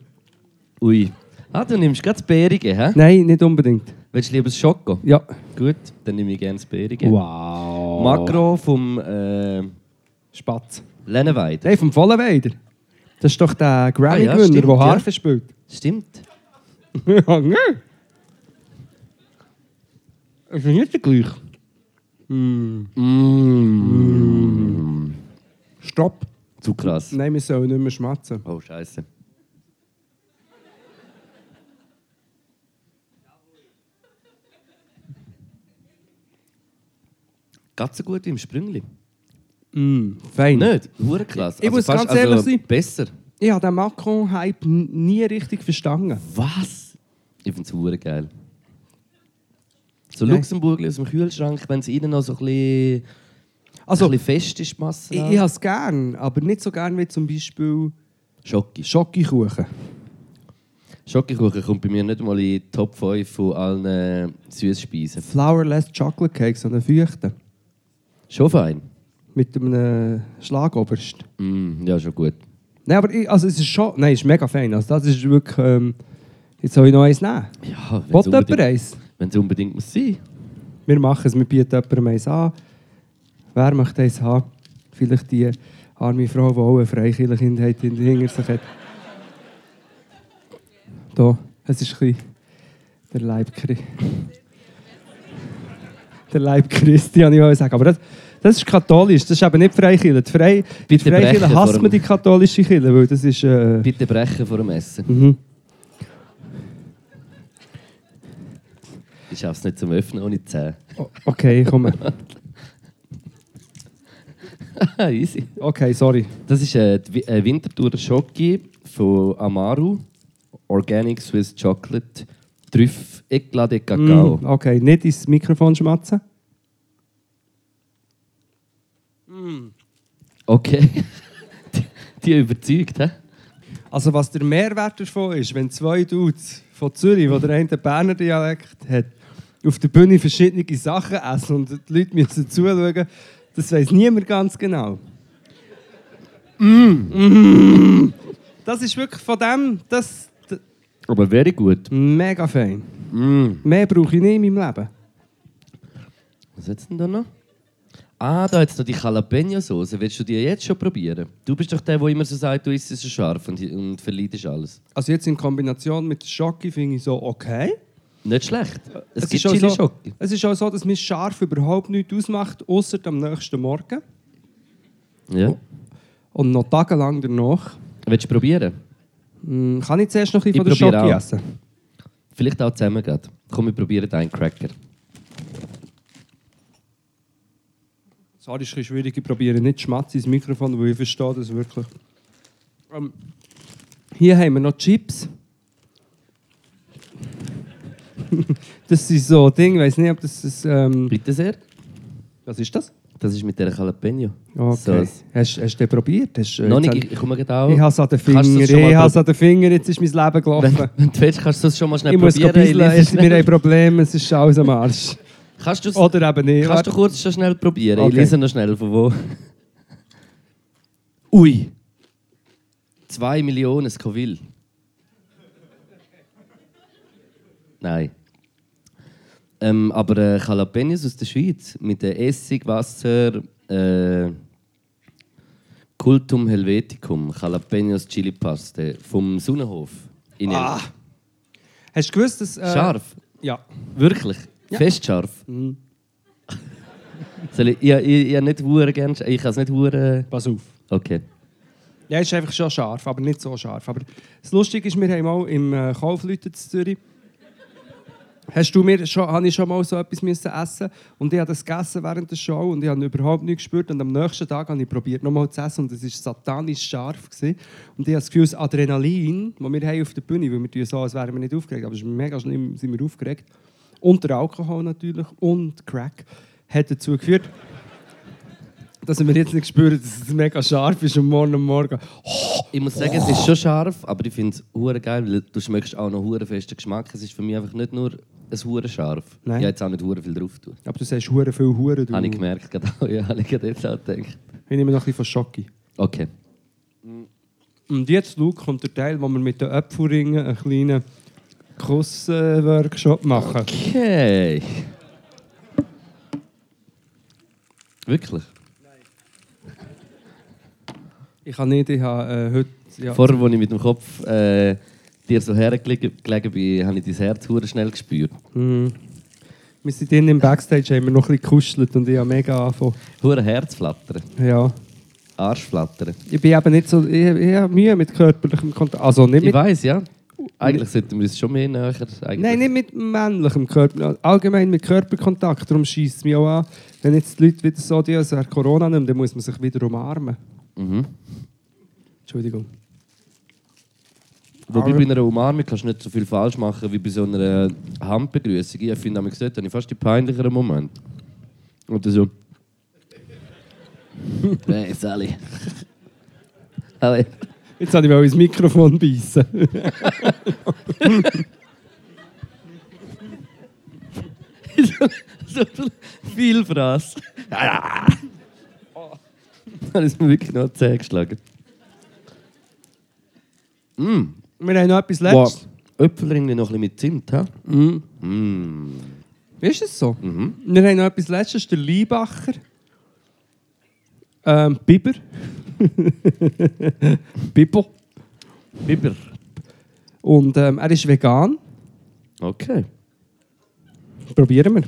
C: Ui. Ah, du nimmst gerade das Bärige, hä?
B: Nein, nicht unbedingt.
C: Willst du lieber das Schoko?
B: Ja.
C: Gut, dann nehme ich gerne das Bärige.
B: Wow.
C: Makro vom äh,
B: Spatz.
C: Lenneweide.
B: Nein, vom Vollenweider. Das ist doch der
C: Ah, ja,
B: Grammy-Gewinner,
C: stimmt,
B: der
C: ja.
B: Harfe spielt.
C: Stimmt.
B: Ja, ne? Das ist nicht der gleiche. Stopp. Ne.
C: Zu krass.
B: Nein, wir sollen nicht mehr schmatzen.
C: Oh, Scheiße. Ganz so gut wie im Sprüngli.
B: Mm, Fein.
C: Nicht? Hure krass. Also
B: Ich muss ganz ehrlich sein.
C: Besser.
B: Ich habe den Macron-Hype n- nie richtig verstanden.
C: Was? Ich finde es hure geil. So
B: Nein.
C: Luxemburgli aus dem Kühlschrank, wenn es innen noch so ein bisschen,
B: Also,
C: ein bisschen fest ist, die Masse.
B: ich, ich habe es gern, aber nicht so gern wie zum Beispiel
C: Schocki.
B: Schokokuchen.
C: Schokokuchen kommt bei mir nicht mal in die Top 5 von allen Süßspeisen.
B: Flourless Chocolate Cake, so einen feuchten.
C: Schon fein.
B: Mit einem Schlagoberst.
C: Mm, ja, schon gut.
B: Nein, aber ich, also es ist schon... Nein, es ist mega fein. Also das ist wirklich... Ähm, jetzt soll ich noch eins nehmen.
C: Ja,
B: Will
C: wenn's
B: jemand
C: unbedingt,
B: eins?
C: wenn's unbedingt muss sein.
B: Wir machen es, wir bieten jemandem eins an. Wer möchte eins haben? Vielleicht die arme Frau, die auch eine freikirche Kindheit in- hinter sich hat. Da, es ist ein bisschen der Leib Christi. Der Leib Christi, kann ich auch sagen. Aber das, das ist katholisch, das ist eben nicht Freikirche. Die, Frei, die
C: Bitte
B: Freikirche
C: brechen
B: hasst
C: vor
B: man
C: dem-
B: die katholische Kirche, weil das ist... Äh,
C: Bitte brechen vor dem Essen.
B: mhm.
C: Ich schaffe es nicht zum Öffnen ohne Zähne.
B: O- Okay, komm.
C: Easy.
B: Okay, sorry.
C: Das ist äh, die Wi- äh, Winterthurer Schoki von Amaru. Organic Swiss Chocolate. Trüff Eclat de Cacao.
B: Mm, okay, nicht ins Mikrofon schmatzen.
C: Okay. Die- die überzeugt, hä?
B: Also was der Mehrwert davon ist, wenn zwei Dudes von Zürich, wo der eine den Berner Dialekt hat, auf der Bühne verschiedene Sachen essen und die Leute müssen zuschauen, das weiß niemand ganz genau. Mm. Das ist wirklich von dem, das d-
C: Aber very gut.
B: mega fein.
C: Mm.
B: Mehr brauche ich nie in meinem Leben.
C: Was hat's denn da noch? Ah, da jetzt noch die Jalapeno-Soße. Willst du die jetzt schon probieren? Du bist doch der, der immer so sagt, du isst es so scharf und, und verleidest alles.
B: Also jetzt in Kombination mit Schocke finde ich so okay.
C: Nicht schlecht. Es, gibt
B: auch
C: chili
B: so,
C: Schocke.
B: es ist auch so, dass mir scharf überhaupt nichts ausmacht, außer am nächsten Morgen
C: Ja.
B: und noch tagelang danach.
C: Willst du probieren?
B: Mm, Kann ich zuerst noch ein
C: Ich
B: bisschen von der
C: probiere
B: Schoki
C: auch.
B: essen?
C: Vielleicht auch zusammen gerade. Komm, wir probieren einen Cracker.
B: Sorry, ist ein bisschen schwierig. Ich probiere nicht Schmatz ins Mikrofon, weil ich verstehe das wirklich. Ähm, hier haben wir noch Chips. das ist so ein Ding, ich weiß nicht, ob das ist. Ähm,
C: Bitte sehr.
B: was ist das?
C: Das ist mit der Jalapeno.
B: Okay.
C: Sauce.
B: Hast, hast du den probiert? Hast, äh,
C: Noch
B: jetzt
C: nicht,
B: hab-
C: ich, ich komme gerade auch.
B: Ich habe es an den
C: Kannst du das
B: Fingern.
C: schon mal
B: Ich habe es
C: prob-
B: an den Fingern. Jetzt ist mein Leben gelaufen.
C: Wenn, wenn du willst, kannst du es schon mal schnell
B: Ich muss
C: probieren.
B: bisseln.
C: lese
B: Es- Wir
C: schnell.
B: haben Probleme. Es ist alles am Arsch.
C: Kannst du es-
B: Oder eben nicht.
C: Kannst du kurz schon schnell probieren?
B: Okay.
C: Ich lese noch schnell von wo. Ui. 2 Millionen Scoville. Nein. Ähm, aber äh, Jalapenos aus der Schweiz mit äh, Essig, Wasser, äh, Cultum Helveticum, Jalapenos Chili Paste vom Sonnenhof. In Elf.
B: Ah. Hast du gewusst, dass. Äh,
C: Scharf.
B: Ja.
C: Wirklich? Fest scharf? Soll ich, ich, ich, ich, hab nicht hure gern, sch- ich kann es nicht hure.
B: Pass auf.
C: Okay.
B: Ja, ist einfach schon scharf, aber nicht so scharf. Aber das Lustige ist, wir haben mal im äh, Kaufleuten in Zürich. Hast du mir schon, habe ich schon mal so etwas müssen essen und ich habe das gegessen während der Show und ich habe überhaupt nichts gespürt und am nächsten Tag habe ich probiert nochmal zu essen und es ist satanisch scharf gewesen. und ich habe das Gefühl, das Adrenalin, das wir haben auf der Bühne, weil wir tun so, als wären wir nicht aufgeregt, aber es ist mega schlimm, sind wir aufgeregt und der Alkohol natürlich und Crack hat dazu geführt, dass wir jetzt nicht spüren, dass es mega scharf ist am Morgen am Morgen.
C: Ich muss sagen, es ist schon scharf, aber ich finde es hure geil, weil du schmeckst auch noch hure festen Geschmack. Es ist für mich einfach nicht nur ein hure scharf.
B: Nein.
C: Ich habe jetzt auch nicht hure viel drauf tun.
B: Aber du sagst hure viel hure du.
C: Habe ich gemerkt, gerade auch. Ja, habe ich gerade jetzt auch gedacht.
B: Ich nehme noch ein bisschen von Schocke.
C: Okay.
B: Und jetzt, Luke, kommt der Teil, wo wir mit den Äpfelringen einen kleinen Kuss-Workshop machen.
C: Okay. Wirklich?
B: Ich kann nicht, ich habe äh, heute... Ja,
C: Vorher, als ich mit dem Kopf äh, dir so hergelegen gelegen bin, habe ich dein Herz hure schnell gespürt.
B: wir sind innen im Backstage, haben wir noch ein bisschen gekuschelt und ich habe mega angefangen.
C: Hure Herzflattern,
B: Ja.
C: Arschflattern.
B: Ich bin eben nicht so... Ich, ich habe Mühe mit körperlichem Kontakt. Also nicht
C: Ich
B: mit...
C: weiß ja. Eigentlich sollten wir es schon mehr näher. Eigentlich.
B: Nein, nicht mit männlichem Körper. Allgemein mit Körperkontakt. Darum schießt es mich auch an. Wenn jetzt die Leute wieder so die als wäre Corona nehmen, dann muss man sich wieder umarmen.
C: Mhm.
B: Entschuldigung.
C: Wobei
B: Aber-
C: bei einer Umarmung kannst du nicht so viel falsch machen wie bei so einer äh, Handbegrüßung. Ich finde, habe ich gesagt, habe ich fast die peinlicheren Momente. Oder so. hey, Sally. Sally.
B: Jetzt wollte ich mal ins Mikrofon beißen.
C: so viel Fraß. Dann ist mir wirklich noch zäh geschlagen.
B: Wir haben noch etwas
C: Wow.
B: Letztes.
C: Äpfelringe noch ein bisschen mit Zimt, hä?
B: Ist es so?
C: Mhm.
B: Wir haben noch etwas Letztes. Der Liebacher. Ähm, Biber. Biber.
C: Biber.
B: Und ähm, er ist vegan.
C: Okay.
B: Probieren wir.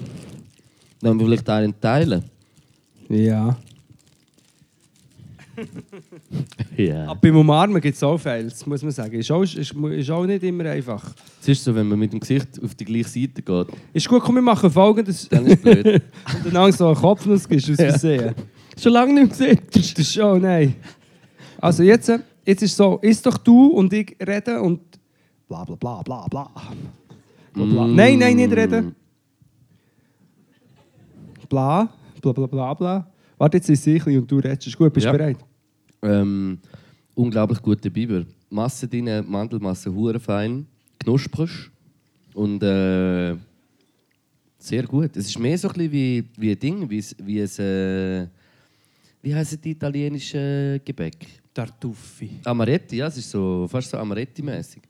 C: Dann vielleicht einen teilen.
B: Ja.
C: Ja.
B: Aber beim Umarmen gibt es auch Fails, muss man sagen. Ist auch, ist, ist auch nicht immer einfach.
C: Es ist so, wenn man mit dem Gesicht auf die gleiche Seite geht,
B: Ist gut, komm, wir machen folgendes.
C: dann ist es blöd.
B: Und dann Angst, so einen Kopfnuss gibst, aus Versehen.
C: Schon lange nicht gesehen.
B: Das ist schon, nein. Also jetzt, äh, jetzt ist so, ist doch du und ich reden und bla bla bla bla bla. bla, bla. Nein, nein, nicht reden. Bla, bla bla bla bla. Warte, jetzt ist ich und du redest. Ist gut, bist du
C: Ja.
B: bereit?
C: Ähm, unglaublich gute Biber. Masse drin, Mandelmasse, hure fein, knusprig und äh, sehr gut. Es ist mehr so ein bisschen wie, wie ein Ding, wie, es- wie es... Äh, wie heissen die italienischen Gebäck?
B: Tartuffi.
C: Amaretti, ja, es ist so, fast so Amaretti-mäßig.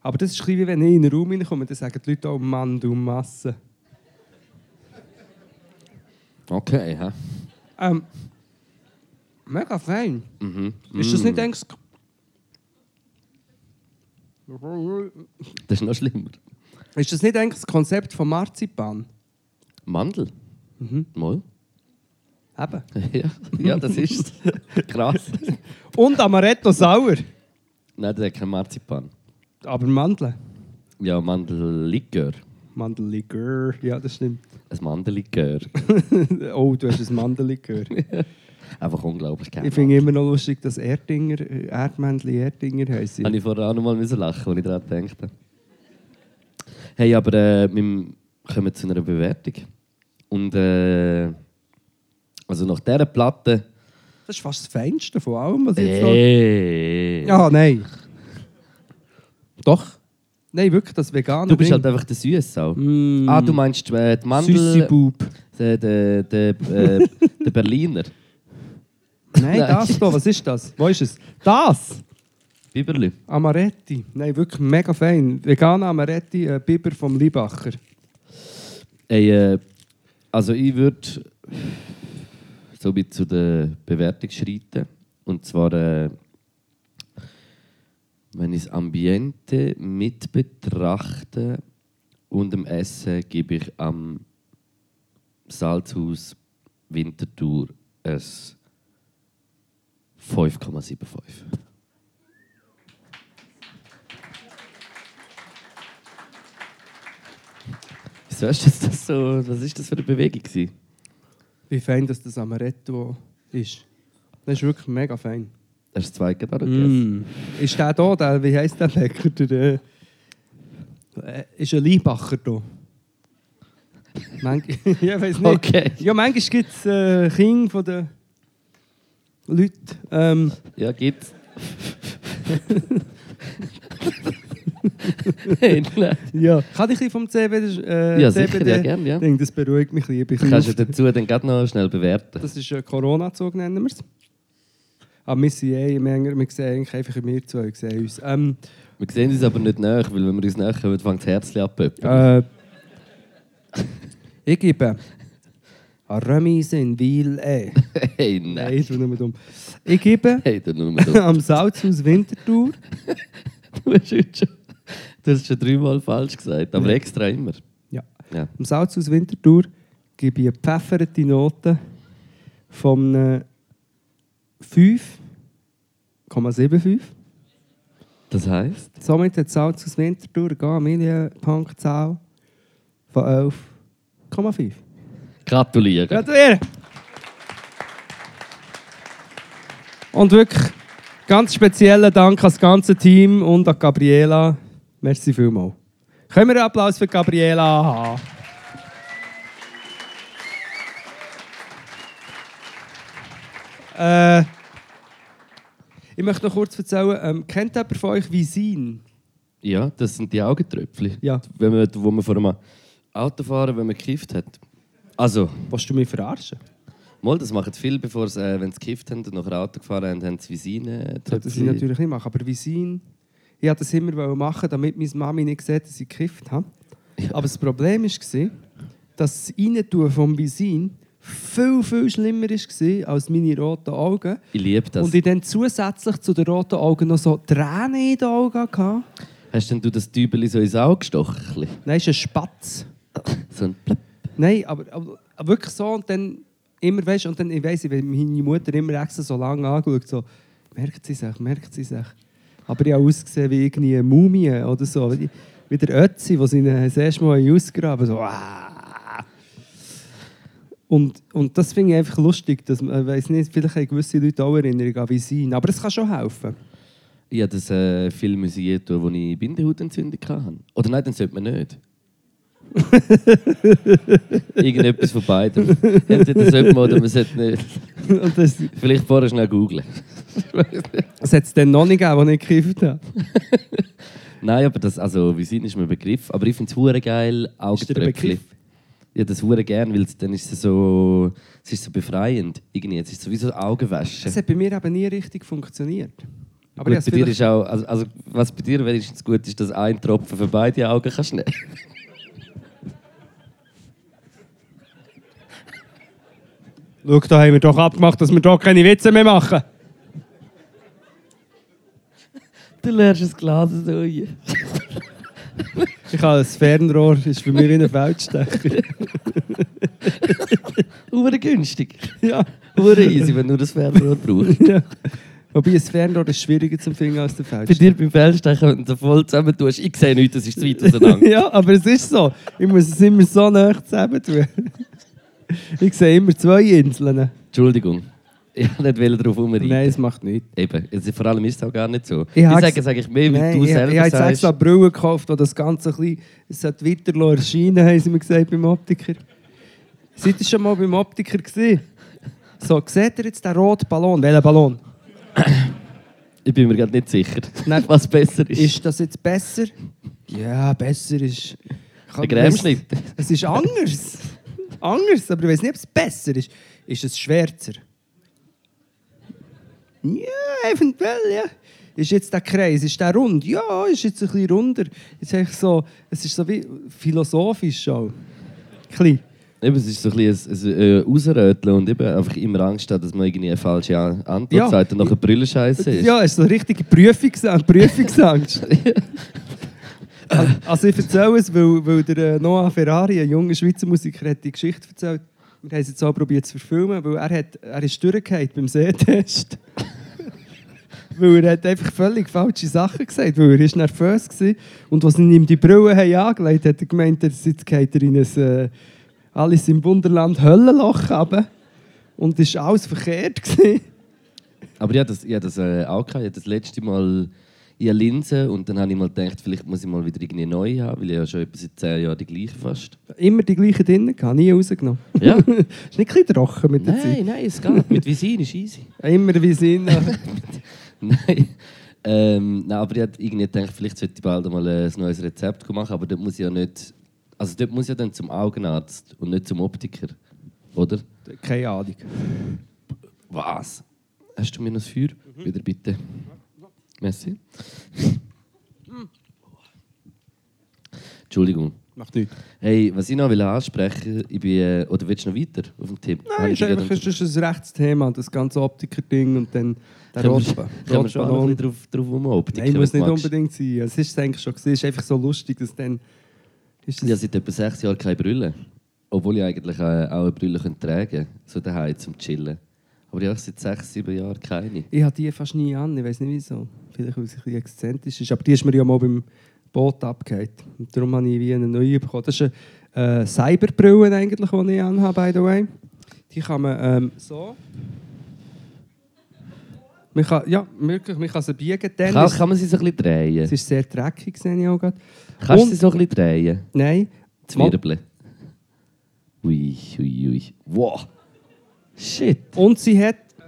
B: Aber das ist ein bisschen wie wenn ich in einen Raum reinkomme, dann sagen die Leute oh auch Mandelmasse.
C: Okay, hä?
B: Ähm, mega fein. Ist das nicht eigentlich...
C: Das ist noch schlimmer.
B: Ist das nicht eigentlich das Konzept von Marzipan?
C: Mandel? Mhm. Mal?
B: Eben.
C: ja, ja, das ist Krass.
B: Und Amaretto sauer.
C: Nein, das hat kein Marzipan.
B: Aber Mandeln.
C: Ja, Mandellikör.
B: Mandellikör. Ja, das stimmt.
C: Ein Mandellikör.
B: oh, du hast ein Mandellikör.
C: Einfach unglaublich geil.
B: ich finde immer noch lustig, dass Erdinger, äh, Erdmännchen Erdinger heißen.
C: Habe ich vorher auch noch mal müssen lachen, als ich daran denke. Hey, aber äh, wir kommen zu einer Bewertung. Und äh, also nach dieser Platte.
B: Das ist fast das Feinste von allem, was ich jetzt
C: Äh.
B: noch...
C: Hey.
B: Ja, nein. Doch. Nein, wirklich, das vegane
C: Du bist
B: Ding.
C: halt einfach der Süßsau. Ah, du meinst äh, die Mandel.
B: Süssi Bub.
C: Der, der, der, äh, der Berliner.
B: Nein,
C: Nein.
B: das hier, was ist das? Wo ist es? Das!
C: Biberli.
B: Amaretti. Nein, wirklich mega fein. Vegane Amaretti, äh, Biber vom Liebacher.
C: Ey, äh, also ich würde so ein bisschen zu der Bewertung schreiten. Und zwar, äh, wenn ich das Ambiente mit betrachte und dem Essen, gebe ich am Salzhaus Winterthur ein 5,75. Wieso ist das, das so? Was ist das für eine Bewegung? Gewesen?
B: Wie fein, dass das Amaretto ist. Das ist wirklich mega fein.
C: Hast du zwei gebaut?
B: Mm. Ist der da, der, wie heisst der Bäcker? Der, äh, ist ein Leibacher da? Manch, ja, weiß nicht.
C: Okay.
B: Ja, manchmal gibt es äh, Kinder von den Leuten. Ähm,
C: Ja, gibt's. hey, nein.
B: ja. Kann ich ein bisschen vom CBD? Äh,
C: Ja,
B: CBD
C: sicher, ja, gern, ja.
B: Ding, das beruhigt mich ein bisschen.
C: Kannst du dazu dann gerade noch schnell bewerten?
B: Das ist ein Corona-Zug, nennen wir es. Aber wir sind eh, wir, wir sehen eigentlich einfach wir zwei sehen uns. Ähm,
C: Wir sehen uns aber nicht nach, weil wenn wir uns näher kommen, fängt das Herzchen ab.
B: äh, ich gebe an Remise in Wiel eh.
C: Hey, nein.
B: Nein, ich bin nur dumm. Ich gebe
C: Hey, du nur du.
B: am Salzhaus Winterthur.
C: Du hast heute schon, du hast schon dreimal falsch gesagt, aber extra immer.
B: Ja.
C: Ja.
B: Am Salzhaus Winterthur gebe ich eine pfefferte Note von äh, 5,75.
C: Das heisst?
B: Somit hat Salzhaus Winterthur eine Familienpunktzahl von 11,5.
C: Gratuliere.
B: Gratuliere! Und wirklich ganz speziellen Dank an das ganze Team und an Gabriela. Merci vielmals. Können wir einen Applaus für Gabriela haben? Äh, ich möchte noch kurz erzählen, ähm, kennt jemand von euch Visin?
C: Ja, das sind die Augentröpfchen.
B: Ja.
C: Wenn man, wo man vor einem Auto fahren, wenn man gekifft hat. Also,
B: Willst du mich verarschen?
C: mal, das machen viele, bevor sie, äh, wenn sie gekifft haben und nach Auto gefahren haben, haben sie äh, Visine.
B: Das sollte ich natürlich nicht machen. Aber Visin, ich wollte das immer wollen machen, damit meine Mami nicht sieht, dass ich gekifft habe. Aber das Problem war, dass das Reintun vom Visin viel, viel schlimmer war als meine roten Augen.
C: Ich liebe das.
B: Und ich dann zusätzlich zu den roten Augen noch so Tränen in den Augen hatte.
C: Hast denn du das Dübeli so ins Auge gestochen? ein bisschen?
B: Nein, ist ein Spatz.
C: So ein Plupp.
B: Nein, aber, aber, aber wirklich so und dann immer, weißt und dann, ich weiss, ich weil meine Mutter immer extra so lange angeschaut, so, merkt sie sich, merkt sie sich. Aber ich habe ausgesehen wie irgendwie eine Mumie oder so, wie, wie der Ötzi, der ihn das erste Mal ausgraben so, ah. und, und das finde ich einfach lustig, dass man, ich weiss nicht, vielleicht haben gewisse Leute auch Erinnerungen an Visin, aber es kann schon helfen.
C: Ich habe das äh, viel musiert, wo ich Bindehautentzündung hatte. Oder nein, dann sollte man nicht. Irgendetwas von beidem. Entweder sollte man oder man sollte nicht.
B: Und das,
C: Vielleicht vorher schnell googlen.
B: das hat es dann noch nicht gegeben, als ich gekifft habe.
C: Nein, aber das, also Visine ist mir ein Begriff. Aber ich finde es hure geil,
B: der ein
C: Augentröpfchen.
B: Begriff?
C: Ja, das hure gern, weil es- dann ist es so, es ist so befreiend. Irgendwie, es ist so wie so Augenwäsche.
B: Das hat bei mir eben nie richtig funktioniert.
C: Aber
B: ich habe
C: gut,
B: es
C: bei dir
B: vielleicht-
C: ist auch, also, also, was bei dir wenigstens gut ist, dass ein Tropfen für beide Augen kannst nehmen.
B: Schau, da haben wir doch abgemacht, dass wir hier keine Witze mehr machen.
C: Du lernst ein Glas so
B: Ich habe ein Fernrohr, ist für mich wie ein Feldstecher.
C: Hure günstig.
B: ja.
C: Hure easy, wenn du das Fernrohr brauchst.
B: ja. Wobei ein Fernrohr ist schwieriger zum Finden als der
C: Bei
B: Feldstecher.
C: dir beim Feldstechen, wenn du so voll zusammen tust, ich sehe nichts, das ist zu weit auseinander.
B: ja, aber es ist so. Ich muss es immer so nah zusammen tun. ich sehe immer zwei Inseln.
C: Entschuldigung. Ich wollte nicht darauf herumreiten.
B: Nein, es macht nichts.
C: Eben, also vor allem ist es auch gar nicht so.
B: Ich
C: Ich,
B: hab's-
C: sage es eigentlich mehr, weil
B: Nein,
C: du
B: ich,
C: selber
B: ich habe jetzt
C: sagst.
B: extra Brille gekauft, die das Ganze ein bisschen es sollte weiter erscheinen lassen, haben sie mir gesagt beim Optiker. Seid ihr schon mal beim Optiker gesehen? So, seht ihr jetzt den roten Ballon? Welchen Ballon?
C: Ich bin mir gerade nicht sicher,
B: Nein.
C: was besser ist.
B: Ist das jetzt besser? Ja, besser ist.
C: Ein Cremeschnitt.
B: Es ist anders. anders, aber ich weiß nicht, ob es besser ist. Ist es schwärzer? Ja, eventuell, ja. Ist jetzt der Kreis, ist der rund? Ja, ist jetzt ein bisschen runder. Jetzt ich so, es ist so wie philosophisch schon. Klein.
C: Eben, es ist so ein bisschen ein, ein, ein Ausröteln und eben einfach immer Angst haben, dass man irgendwie eine falsche An- Antwort
B: Ja.
C: sagt und nachher Brüllenscheiße ist.
B: Ja, es ist so richtige Prüfungsangst. Prüfungsangst. also ich erzähle es, weil, weil der äh, Noah Ferrari, ein junger Schweizer Musiker, hat die Geschichte erzählt. Wir haben es jetzt auch probiert zu verfilmen, weil er, hat, er ist durchgefallen beim Sehtest. Weil er hat einfach völlig falsche Sachen gesagt, weil er ist nervös war. Und als sie ihm die Brille haben angelegt hat er gemeint, dass jetzt geht er in ein äh, «Alles im Wunderland» Höllenloch runter. Und es war alles verkehrt. gewesen.
C: Aber ich hatte das, ich hatte das äh, auch gehabt. Ich hatte das letzte Mal in eine Linse und dann habe ich mal gedacht, vielleicht muss ich mal wieder irgendwie neu haben, weil ich ja schon etwa seit 10 Jahren die gleiche fast.
B: Immer die gleichen drinnen, gehabt, nie rausgenommen.
C: Ja.
B: ist nicht ein bisschen trocken mit der
C: nein, nein, es geht. Mit Visin ist easy.
B: Zeit. Immer wie Sinn.
C: nein. Ähm, nein, aber ich hatte irgendwie gedacht, vielleicht sollte ich bald mal äh, ein neues Rezept machen, aber dort muss ich ja nicht... Also dort muss ich ja dann zum Augenarzt und nicht zum Optiker, oder?
B: Keine Ahnung.
C: Was? Hast du mir noch das Feuer?
B: Mhm.
C: Wieder bitte. Merci. Entschuldigung.
B: Macht nichts.
C: Hey, was ich noch will ansprechen will, ich bin, äh, oder willst du noch weiter auf dem Thema? Habe
B: Nein,
C: ich
B: ist
C: dich
B: einfach
C: gerade-
B: ist, ist ein rechtes Thema, das ganze Optiker-Ding und dann der
C: Können wir-
B: Rotba-
C: Können wir schon noch ein
B: Rotballon.
C: bisschen drauf, drauf um Optik?
B: Nein,
C: wenn
B: muss
C: du
B: nicht
C: magst.
B: unbedingt sein. Es ist eigentlich schon gewesen. Es ist einfach so lustig, dass dann... Ist
C: Ich habe
B: das,
C: seit etwa sechs Jahren keine Brille. Obwohl ich eigentlich äh, auch eine Brille könnte tragen könnte, so daheim zum Chillen. Aber ich habe seit sechs, sieben Jahren keine.
B: ich habe die fast nie an, ich weiß nicht wieso. Vielleicht, weil sie ein bisschen exzentrisch ist. Aber die ist mir ja mal beim Boot abgehauen. Und darum habe ich wie eine neue bekommen. Das ist eine äh, Cyberbrille eigentlich, die ich anhabe, by the way. Die kann man ähm, so... Man kann, ja, wirklich, man kann sie biegen. Dann
C: Kann,
B: ist,
C: kann man sie so ein bisschen drehen?
B: es ist sehr dreckig, sehe ich auch gerade.
C: Kannst du
B: Und-
C: sie so ein bisschen drehen?
B: Nein.
C: Zwirbeln. Ui, ui, ui. Wow. Shit.
B: Und sie hat, ähm,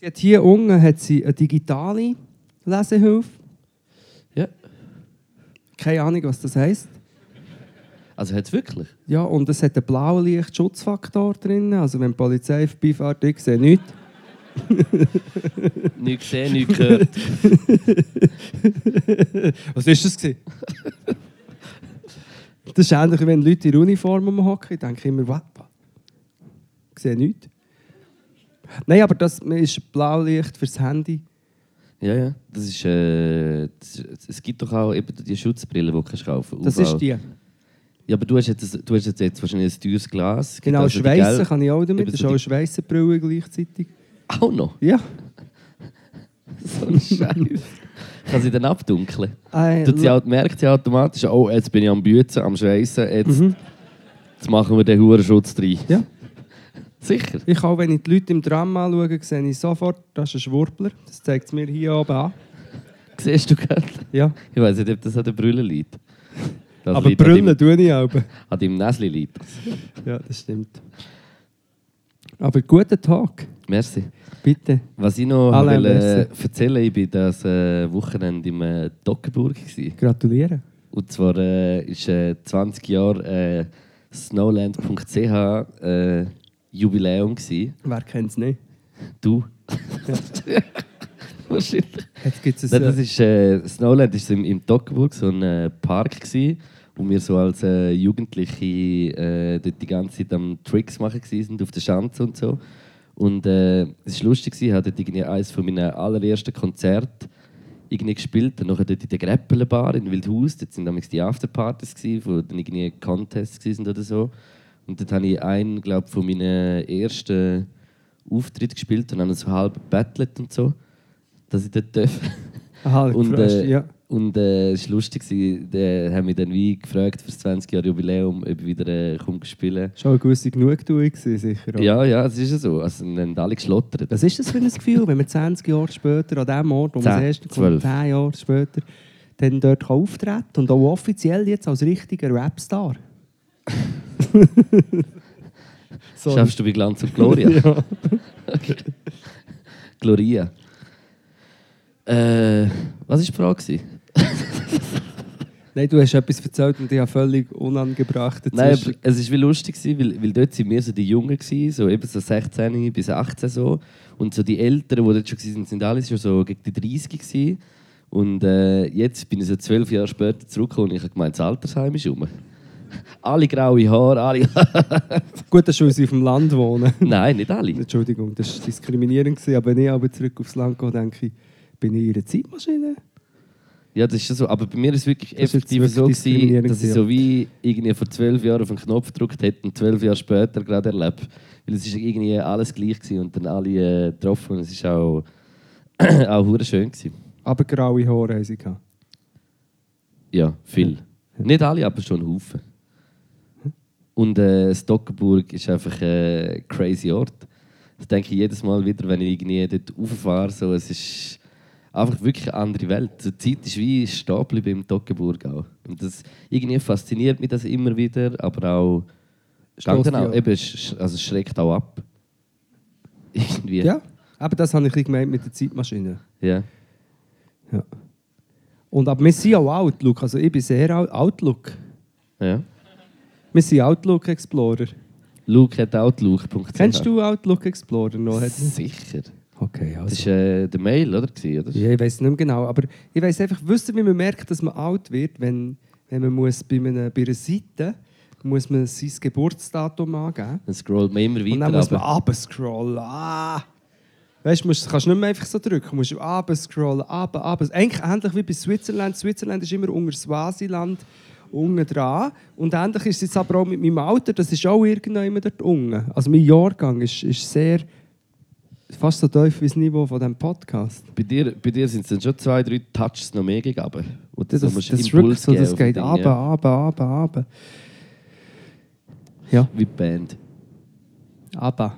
B: sie hat hier unten hat sie eine digitale Lesehilfe.
C: Ja.
B: Keine Ahnung, was das heisst.
C: Also hat es wirklich?
B: Ja, und es hat einen blauen Lichtschutzfaktor drin. Also wenn die Polizei vorbeifährt, ich sehe nichts.
C: Nicht gesehen, nicht gehört.
B: Was ist das? gewesen? das ist ähnlich, wie wenn Leute in Uniform hocken. Ich denke immer, was? Ich sehe nichts. Nein, aber das ist Blaulicht fürs Handy.
C: ja, ja. Das ist, äh, das, ist- es gibt doch auch eben die Schutzbrille, die du kannst kaufen
B: Das
C: Überall.
B: ist die.
C: Ja, aber du hast, jetzt, du hast jetzt- jetzt wahrscheinlich ein teures Glas. Es gibt
B: Genau,
C: also die
B: Schweissen
C: gelbe-
B: kann ich auch damit.
C: Eben
B: Das ist
C: so
B: auch
C: die-
B: eine Schweissenbrille gleichzeitig.
C: Auch noch?
B: Ja.
C: So ein Scheiß. kann sie dann abdunkeln?
B: Äh,
C: Tut sie auch, merkt sie automatisch, oh, jetzt bin ich am Büzen, am Schweissen, jetzt, jetzt machen wir den Hurenschutz rein.
B: Ja.
C: Sicher.
B: Ich auch, wenn ich die Leute im Drama anschaue, sehe ich sofort, das ist ein Schwurbler. Das zeigt es mir hier oben an.
C: Siehst du gerade?
B: Ja.
C: Ich weiß nicht, ob das an der Brille liegt. Das
B: Aber
C: liegt an
B: brüllen tue ich auch.
C: deinem- An deinem Näsli liegt das.
B: Ja, das stimmt. Aber guten Tag,
C: Merci.
B: bitte.
C: Was ich noch
B: Alain,
C: will, äh,
B: merci.
C: erzählen ich war das äh, Wochenende im äh, Dockenburg. Gewesen.
B: Gratuliere.
C: Und zwar äh, ist äh, 20 Jahre äh, snowland.ch äh, Jubiläum. Gewesen.
B: Wer kennt es nicht?
C: Du? Wahrscheinlich.
B: Jetzt gibt es
C: Nein, das ist, äh, Snowland war im, im Toggenburg, so ein äh, Park, gewesen, wo wir so als äh, Jugendliche äh, dort die ganze Zeit am Tricks machen waren, auf der Schanze und so. Und äh, es war lustig, gewesen, ich habe dort irgendwie eines von meinen allerersten Konzerte irgendwie gespielt, dann nachher dort in der Greppelbar in Wildhaus, dort waren damals die Afterpartys, gewesen, wo dann irgendwie Contests waren oder so. Und dort habe ich einen, glaube von meinen ersten Auftritten gespielt und habe so halb gebettelt und so, dass ich dort darf.
B: Aha,
C: Und,
B: fresh,
C: äh,
B: ja.
C: und äh, es war lustig, gewesen, die haben mich dann wie gefragt für das 20-Jahre Jubiläum, ob ich wieder äh, komme spielen
B: Schon eine gewisse Genugtuung gewesen, sicher. auch.
C: Ja, ja, es ist ja so. Also, dann haben alle geschlottert.
B: Was ist das für ein Gefühl, wenn man 20 Jahre später an dem Ort, wo man das
C: Zehn,
B: erste
C: zwölf.
B: kommt, 10 Jahre später, dann dort kann auftreten und auch offiziell jetzt als richtiger Rapstar? Sorry.
C: Schaffst du bei Glanz und Gloria?
B: Ja.
C: Okay. Gloria. Äh, was war die Frage? gewesen?
B: Nein, du hast etwas erzählt und ich habe völlig unangebracht
C: Nein,
B: dazwischen.
C: aber es war wie lustig, gewesen, weil, weil dort waren wir so die Jungen, gewesen, so eben so 16 bis 18 so. Und so die Älteren, die dort schon waren, sind alle schon so gegen die 30 gewesen. Und äh, jetzt bin ich so zwölf Jahre später zurückgekommen und ich habe gemeint, das Altersheim ist rum. alle graue Haare, alle...
B: Gut, dass wir auf dem Land wohnen.
C: Nein, nicht alle.
B: Entschuldigung, das war diskriminierend. gewesen, Aber wenn ich aber zurück aufs Land gehe, denke ich, bin ich in einer Zeitmaschine?
C: Ja, das ist schon so. Aber bei mir ist es wirklich
B: Das ist jetzt
C: effektiv
B: wirklich
C: so, gewesen,
B: diskriminierend
C: dass ich
B: gewesen,
C: so wie irgendwie vor zwölf Jahren auf einen Knopf gedrückt hätte und zwölf Jahre später gerade erlebt. Weil es ist irgendwie alles gleich gewesen und dann alle äh, getroffen und es ist auch auch hure schön gewesen.
B: Aber graue Haare haben sie gehabt.
C: Ja, viel. Nicht alle, aber schon ein Haufen. Und äh, Stockenburg ist einfach ein crazy Ort. Das denke ich jedes Mal wieder, wenn ich irgendwie dort rauffahre. So, es ist einfach wirklich eine andere Welt. So, Die Zeit ist wie Stapel beim Stockenburg auch. Und das irgendwie fasziniert mich das immer wieder, aber auch...
B: Stolz
C: Geht dann auch,
B: dich an.
C: eben, sch- also es schreckt auch ab. Irgendwie.
B: Ja. Aber das habe ich ein bisschen gemeint mit der Zeitmaschine.
C: Ja.
B: Ja. Und aber wir sind auch Outlook. Also ich bin sehr Out- Outlook.
C: ja.
B: Wir sind Outlook Explorer.
C: Luke hat auch die Luke.ch.
B: Kennst du Outlook Explorer noch?
C: Sicher.
B: Okay, also.
C: Das war äh, der Mail, oder? Gewesen, oder?
B: Ja, ich weiß nicht mehr genau, aber ich weiß einfach, wisst ihr, wie man merkt, dass man alt wird, wenn, wenn man muss bei, einer, bei einer Seite muss man sein Geburtsdatum angeben
C: Dann scrollt man immer
B: und dann
C: weiter
B: muss man
C: runter.
B: abscrollen. Ah. Weißt du, musst- kannst nicht mehr einfach so drücken, musst abscrollen, ab, ab. Eigentlich ähnlich wie bei Switzerland. Switzerland ist immer unter Swasiland unten dran. Und ähnlich ist es jetzt aber auch mit meinem Alter, das ist auch irgendjemand dort unten. Also mein Jahrgang ist, ist sehr, fast so tief wie das Niveau von diesem Podcast.
C: Bei dir, bei dir sind es dann schon zwei, drei Touches noch mehr gegeben. Und
B: Das,
C: so
B: das,
C: musst
B: das,
C: du
B: das
C: Impuls
B: rückt so,
C: geben
B: das
C: auf die
B: geht
C: Dinge,
B: runter,
C: ja.
B: runter, runter, runter. Ja,
C: Wie die Band.
B: runter.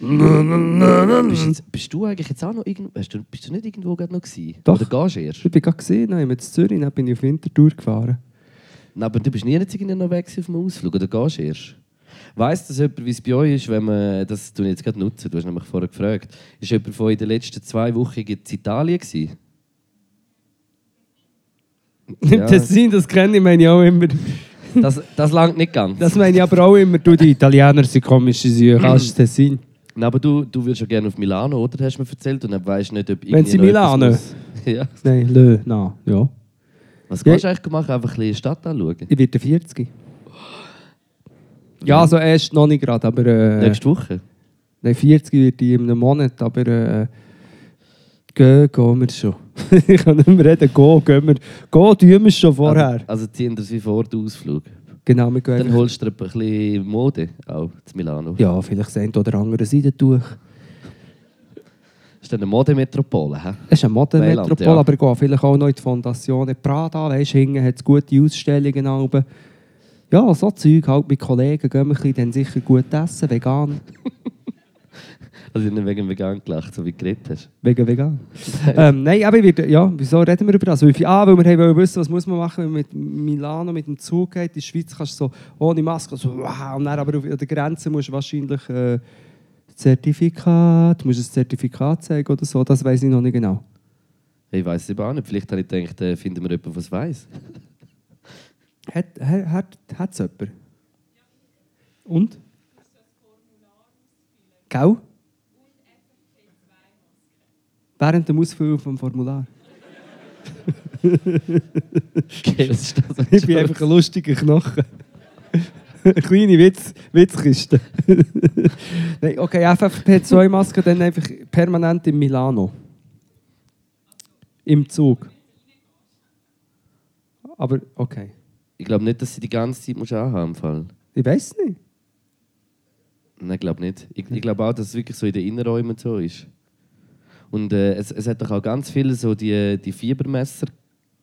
B: Mm.
C: Bist, jetzt, bist du eigentlich jetzt auch noch irgendwo... hast du- Bist du nicht irgendwo gerade noch gewesen?
B: Doch.
C: Oder gehst du erst?
B: Ich bin gerade gesehen, nein, in Zürich, dann bin ich auf Winterthur gefahren.
C: Nein, aber du bist nie jetzt irgendwie noch weg gewesen auf dem Ausflug oder gehst erst? Weißt du, dass jemand, wie es bei euch ist, wenn man das du jetzt gerade nutzen? Du hast nämlich vorher gefragt. Ist jemand von euch in den letzten zwei Wochen in Italien gewesen? Ja.
B: Das sind, das kenne ich, meine ich auch immer.
C: Das, das langt nicht ganz.
B: Das meine ich aber auch immer, du, die Italiener sind komische Sachen, hast du Sinn?
C: Nein, aber du, du würdest ja gerne auf Milano, oder? Hast du mir erzählt. Und dann weißt du nicht, ob
B: Wenn sie
C: irgendwie noch
B: Milano-
C: etwas muss- Ja.
B: Nein, lö, na, ja.
C: Was kannst du eigentlich machen? Einfach ein bisschen die Stadt anschauen.
B: Ich werde 40. Ja, also erst noch nicht gerade, aber... Äh,
C: Nächste Woche.
B: nein, 40 wird ich in einem Monat, aber... Äh, gehen, gehen wir schon. ich kann nicht mehr reden, gehen, gehen wir. Gehen tun wir schon vorher.
C: Also, also ziehen das wie vor den Ausflug.
B: Genau, wir gehen
C: Dann
B: einfach,
C: holst du dir ein bisschen Mode auch zu Milano.
B: Ja, vielleicht das eine oder andere Seidentuch.
C: Das ist dann eine Modemetropole, hä?
B: Es ist eine Modemetropole,
C: Mailand, ja.
B: aber ich gehe vielleicht auch noch in die Fondazione Prada. Weißt du, hinten hat es gute Ausstellungen. Oben. Ja, so Zeug halt mit Kollegen gehen wir ein bisschen, dann sicher gut essen, vegan.
C: Also, ich habe nicht wegen vegan gelacht, so wie du geredet hast.
B: Wegen vegan. ähm, nein, aber ich werde, ja, wieso reden wir über das? Weil, ah, weil wir haben wollen wissen, was muss man machen, wenn man mit Milano mit dem Zug geht. In der Schweiz kannst du so ohne Maske, so wow, und dann aber auf, an der Grenze musst du wahrscheinlich äh, Zertifikat, musst du ein Zertifikat zeigen oder so, das weiß ich noch nicht genau.
C: Ich weiß es eben auch nicht. Vielleicht habe ich gedacht, äh, finden wir jemanden, was weiß.
B: Hat es hat, hat's jemand? Und? Gell? Während dem Ausfüllen vom Formular.
C: Okay, was ist das?
B: Ich bin einfach ein lustiger Knochen. Kleine Witz, Witzkiste. Nein, okay, FFP2-Maske dann einfach permanent in Milano. Im Zug. Aber okay.
C: Ich glaube nicht, dass sie die ganze Zeit musst anhaben muss.
B: Ich weiß nicht.
C: Nein, ich glaube nicht. Ich, ich glaube auch, dass es wirklich so in den Innenräumen so ist. Und äh, es, es hat doch auch ganz viele so die, die Fiebermesser,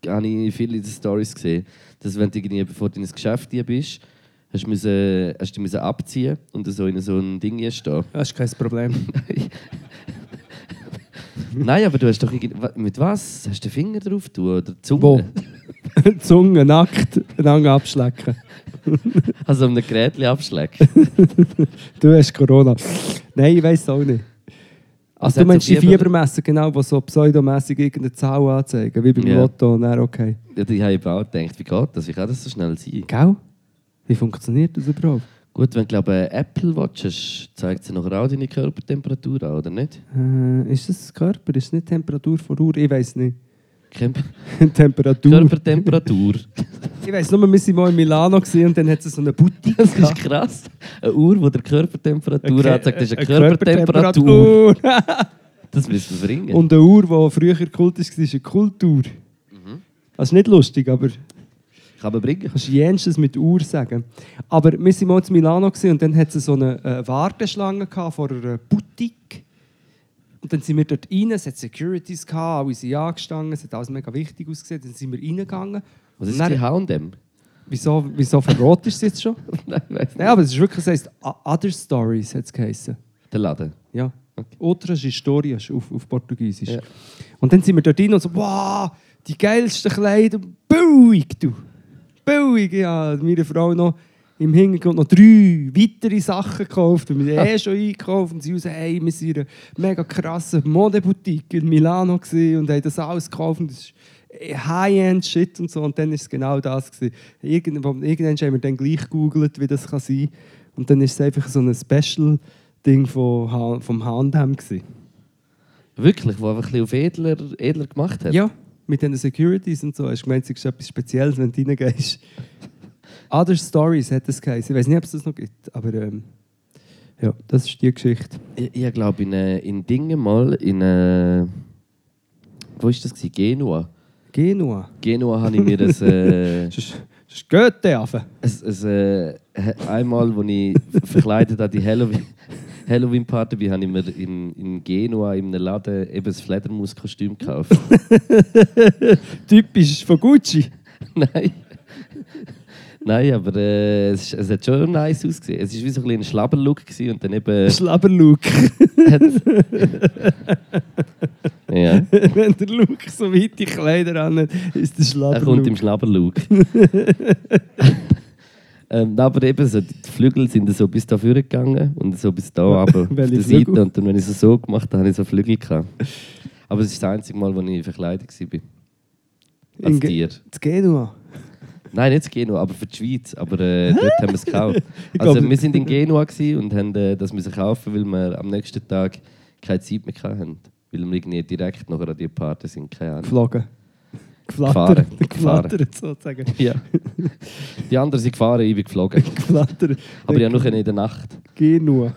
C: habe ich viele in den Stories gesehen, dass wenn du irgendwie bevor du ins Geschäft hier bist, hast du, müssen, hast du müssen abziehen und so in so ein Ding hier stehen.
B: Das ist kein Problem.
C: Nein, aber du hast doch irgendwie, wa- mit was? Hast du den Finger drauf tun oder die Zunge?
B: Wo? Zunge nackt, lang abschlecken.
C: Also um ein Gerät abschlägt.
B: Du hast Corona. Nein, ich weiß auch nicht. Also,
C: Was
B: du
C: hat
B: meinst
C: so
B: die
C: Fieber-
B: Fiebermesser, genau, die so pseudomässig irgendeine Zahl anzeigen, wie beim
C: Ja.
B: Lotto und dann okay.
C: Ja, ich habe eben auch gedacht, wie geht das? Wie kann das so schnell sein?
B: Gell? Wie funktioniert das überhaupt?
C: Gut, wenn du glaube eine Apple Watch hast, zeigt sie nachher auch deine Körpertemperatur an, oder nicht?
B: Äh, ist das Körper? Ist das nicht Temperatur vor Uhr? Ich weiß nicht.
C: Kem-
B: Temperatur.
C: Körpertemperatur.
B: Ich weiß nur, wir waren mal in Milano gewesen und dann hat es so eine Boutique.
C: Das ist
B: gehabt.
C: krass. Eine Uhr, die der Körpertemperatur
B: Ke-
C: anzeigt, ist eine
B: eine
C: Körpertemperatur. Das müssen wir bringen.
B: und eine Uhr, die früher Kult war, ist eine Kultur.
C: Mhm.
B: Das ist nicht lustig, aber.
C: Kann man bringen.
B: kannst jenseits mit Uhr sagen. Aber wir waren mal in Milano gewesen und dann hatte es so eine äh, Warteschlange gehabt vor einer Boutique. Und dann sind wir dort rein, es hat Securities gehabt, alle sind angestanden, es hat alles mega wichtig ausgesehen. Dann sind wir reingegangen.
C: Was
B: Und
C: ist
B: dann-
C: die H&M?
B: Wieso, wieso verrot ist es jetzt schon?
C: Nein, weiss
B: Nein, aber es ist wirklich, es heisst O- Other Stories, hat es geheißen.
C: Der Laden.
B: Ja. Outras Historias auf, auf Portugiesisch.
C: Ja.
B: Und dann sind wir dort rein und so, wow, die geilsten Kleider, billig, du. Billig, ja. Meine Frau noch im Hintergrund noch drei weitere Sachen gekauft, weil wir eh schon einkauft und sie raus, hey, wir sind in einer mega krassen Modeboutique in Milano gewesen und haben das alles gekauft und das ist High-End-Shit und so und dann ist es genau das gewesen. Irgend, irgendwann haben wir dann gleich gegoogelt, wie das kann sein und dann ist es einfach so ein Special-Ding von, H- vom H&M gewesen.
C: Wirklich, wo einfach ein bisschen auf edler, edler gemacht hat.
B: Ja, mit den Securities und so. Hast du gemeint, es ist etwas Spezielles, wenn du reingehst? Other Stories hat es geheißen. Ich weiß nicht, ob es das noch gibt, aber ähm, ja, das ist die Geschichte.
C: Ich, ich glaube, in, äh, in Dingen mal, in. Äh, wo war das? Gewesen? Genua.
B: Genua.
C: Genua habe ich mir ein. Äh,
B: Das ist, das ist Goethe. Affe.
C: Es, es, äh, he- einmal, als ich verkleidet an die Halloween- Halloween-Party bin, habe ich mir in, in Genua in einem Laden eben ein Fledermauskostüm gekauft.
B: Typisch von Gucci.
C: Nein. Nein, aber äh, es, ist, es hat schon nice ausgesehen. Es war wie so ein, bisschen ein Schlabberlook gewesen und dann eben.
B: Schlabberlook.
C: ja,
B: Wenn der Look so weite Kleider an hat, ist der
C: er kommt im
B: Schlabberlook.
C: Schlabberlook. ähm, aber eben, so, die Flügel sind so bis da vorne gegangen und so bis da runter. auf der
B: Welche
C: Seite.
B: Flügel?
C: Und dann, wenn ich es so gemacht habe, habe ich so Flügel gehabt. Aber es ist das einzige Mal, wo ich verkleidet war. Als
B: In Ge-
C: Tier.
B: In Genua.
C: Nein, nicht in Genua, aber für die Schweiz. Aber äh, dort haben wir es gekauft.
B: Ich
C: Also
B: glaub-
C: wir sind in Genua gewesen und haben äh, das müssen kaufen, weil wir am nächsten Tag keine Zeit mehr hatten. Weil wir irgendwie direkt nachher an die Party sind, keine Ahnung.
B: Geflogen. Geflattert.
C: Gefahren.
B: Geflattert sozusagen.
C: Ja. Die anderen sind gefahren, ich bin geflogen.
B: Geflattert.
C: Aber ich habe noch in der Nacht.
B: Genua.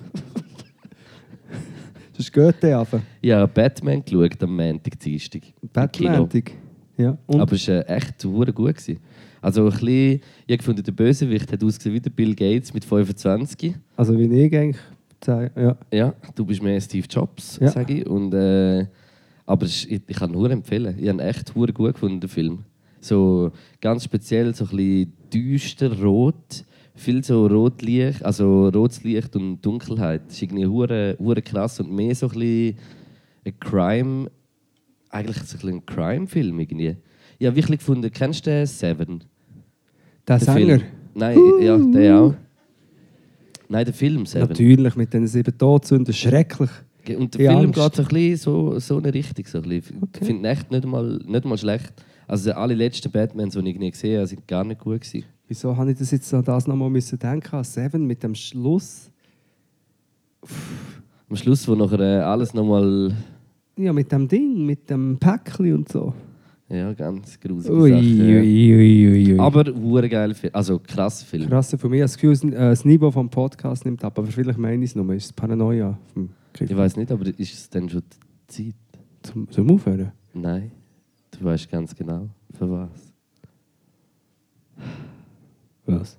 B: Das ist Goethe. Affe.
C: Ja, Batman geschaut am Montag, Dienstag. im Kino.
B: Bettmäntig. Ja. Und
C: Aber es war äh, echt hure gut. Gewesen. Also ein bisschen, ich fand, der Bösewicht hat ausgesehen wie der Bill Gates mit 25.
B: also wie ich eigentlich zeige, ja.
C: Ja, du bist mehr Steve Jobs,
B: Ja.
C: sage ich. Und, äh, aber es- ich, ich kann ihn nur empfehlen. Ich habe ihn echt hure gut gefunden, den Film. So ganz speziell, so ein bisschen düster, rot. Viel so Rotlicht, also rotes Licht und Dunkelheit. Das ist irgendwie hure, hure krass und mehr so ein bisschen ein Crime, eigentlich so ein bisschen ein Crime-Film irgendwie. Ich habe wirklich gefunden, kennst du den Seven?
B: Der
C: Den
B: Sänger.
C: Film? Nein, ja, der auch. Nein, der Film Seven.
B: Natürlich, mit diesen sieben Todsünden. Schrecklich.
C: Ge- Und
B: Ich
C: der Film
B: Angst.
C: geht so, ein bisschen so, so eine Richtung. So ein bisschen.
B: Okay.
C: Ich finde ihn echt nicht mal, nicht mal schlecht. Also alle letzten Batmans, die ich nie gesehen habe, sind gar nicht gut. Gewesen.
B: Wieso habe ich das jetzt an das nochmal müssen denken? An Seven mit dem Schluss.
C: Am Schluss, wo nachher äh, alles nochmal...
B: Ja, mit dem Ding, mit dem Päckchen und so.
C: Ja, ganz grusige
B: Ui,
C: Sachen.
B: ui, ui, ui, ui. Aber
C: Aber hure geil Film. Also krass Film.
B: Krasse von mir, das Gefühl, äh, das Niveau vom Podcast nimmt ab. Aber vielleicht meine ich es nur, ist es Paranoia vom Krieg.
C: Ich weiß nicht, aber ist es denn schon die Zeit?
B: Zum, zum Aufhören.
C: Nein. Du weißt ganz genau, für was.
B: Oh. Was?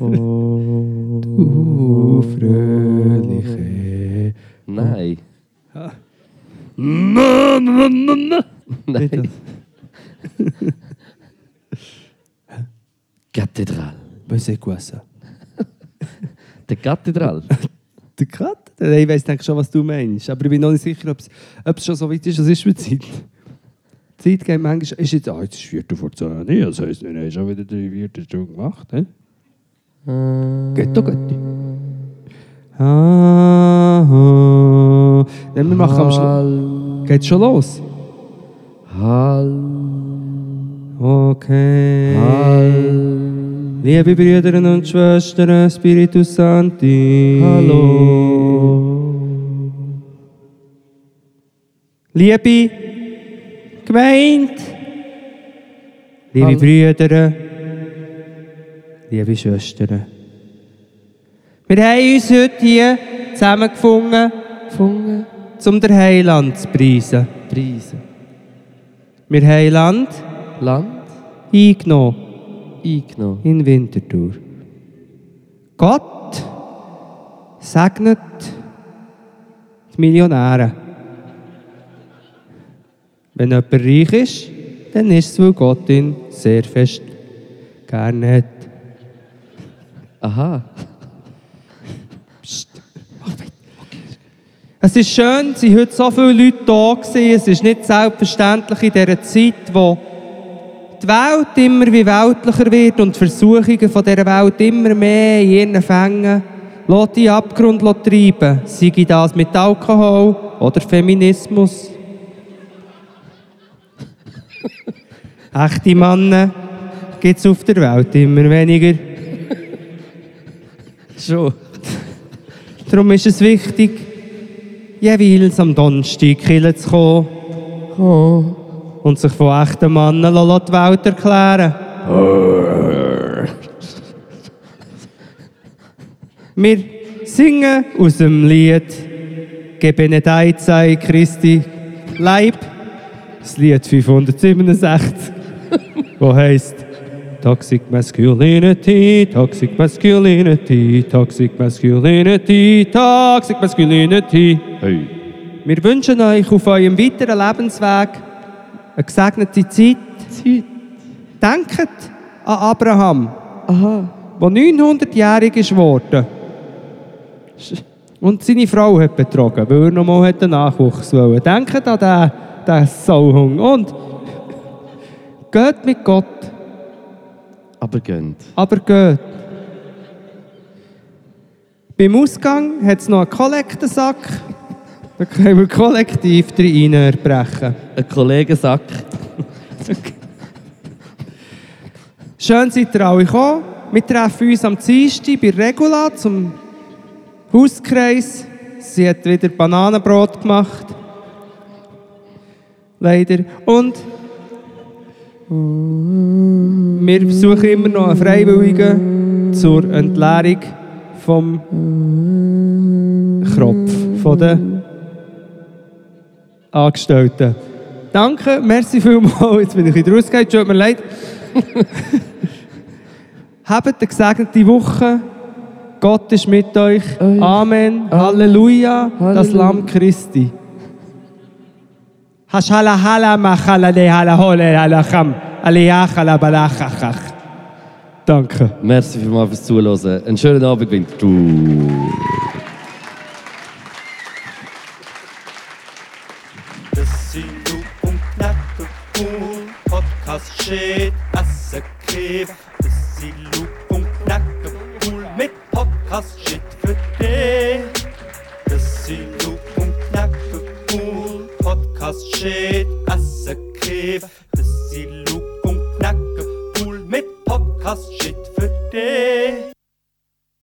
B: oh, fröhliche.
C: Nein.
B: Nein.
C: Nein. Kathedral.
B: Was ist das?
C: Der Kathedral.
B: Der Kat? Ich weiß denke schon, was du meinst. Aber ich bin noch nicht sicher, ob es- ob es schon so weit ist. Das ist mit Zeit. Die Zeit geht manchmal. Ist jetzt, ah, jetzt ist Viertel vor 10. Uhr. Das heisst, wir haben schon wieder die vierte Stunde gemacht. He? Geht doch, geht. Ah, ah. Nein, wir machen am Schluss. Geht schon los? Okay. Liebe Brüder und Schwestern, Spiritus Santi. Hallo. Liebe Gemeinde. Liebe Brüder. Liebe Schwestern. Wir haben uns heute hier zusammengefunden,
C: Funge.
B: um den Heiland zu preisen.
C: Preise.
B: Wir haben Land
C: Land.
B: eingenommen.
C: Eingenommen.
B: in Winterthur. Gott segnet Millionäre. Wenn jemand reich ist, dann ist es, weil Gott ihn sehr fest gerne hat.
C: Aha.
B: Es ist schön, es sind heute so viele Leute da gewesen. Es ist nicht selbstverständlich in dieser Zeit, wo die Welt immer wie weltlicher wird und die Versuchungen von dieser Welt immer mehr in ihren Fängen. Lass die Abgrund lass treiben, sei das mit Alkohol oder Feminismus. Echte Männer gibt es auf der Welt immer weniger.
C: Schon.
B: Darum ist es wichtig, jeweils am Donnerstag in die Kirche zu kommen Hm. und sich von echten Männern lassen die Welt erklären Wir singen aus dem Lied «Gebenedeit sei Christi Leib», das Lied 567, wo heisst Toxic Masculinity, Toxic Masculinity, Toxic Masculinity, Toxic Masculinity.
C: Hey.
B: Wir wünschen euch auf eurem weiteren Lebensweg eine gesegnete Zeit. Denkt an Abraham, der 900-jährig ist worden und seine Frau hat betrogen, weil er nochmal einen Nachwuchs wollte. Denkt an den, den Sauhung und geht mit Gott.
C: Aber gönnt.
B: Aber geht. Beim Ausgang hat es noch einen Kollektensack. Da können wir kollektiv drin erbrechen.
C: Ein Kollege sagt,
B: Schön seid ihr alle gekommen. Wir treffen uns am Dienstag bei Regula zum Hauskreis. Sie hat wieder Bananenbrot gemacht. Leider. Und wir besuchen immer noch einen Freiwilligen zur Entleerung vom Kropf von der Angestellten. Danke, merci vielmals. Jetzt bin ich wieder rausgegangen, tut mir leid. Habt eine gesegnete Woche. Gott ist mit euch. Amen. Halleluja. Das Lamm Christi. Hashala hala machala de hala hole hala cham. Aliyachala balachachach. Danke.
C: merci vielmals fürs Zuhören. Einen schönen Abend, Winterthur.
A: Bissi du und Knacke cool, Podcast shit, Asse Keb. Bissi du und Knacke cool mit Podcast shit für dich. Bissi du und Knacke cool, Podcast shit, Asse Keb.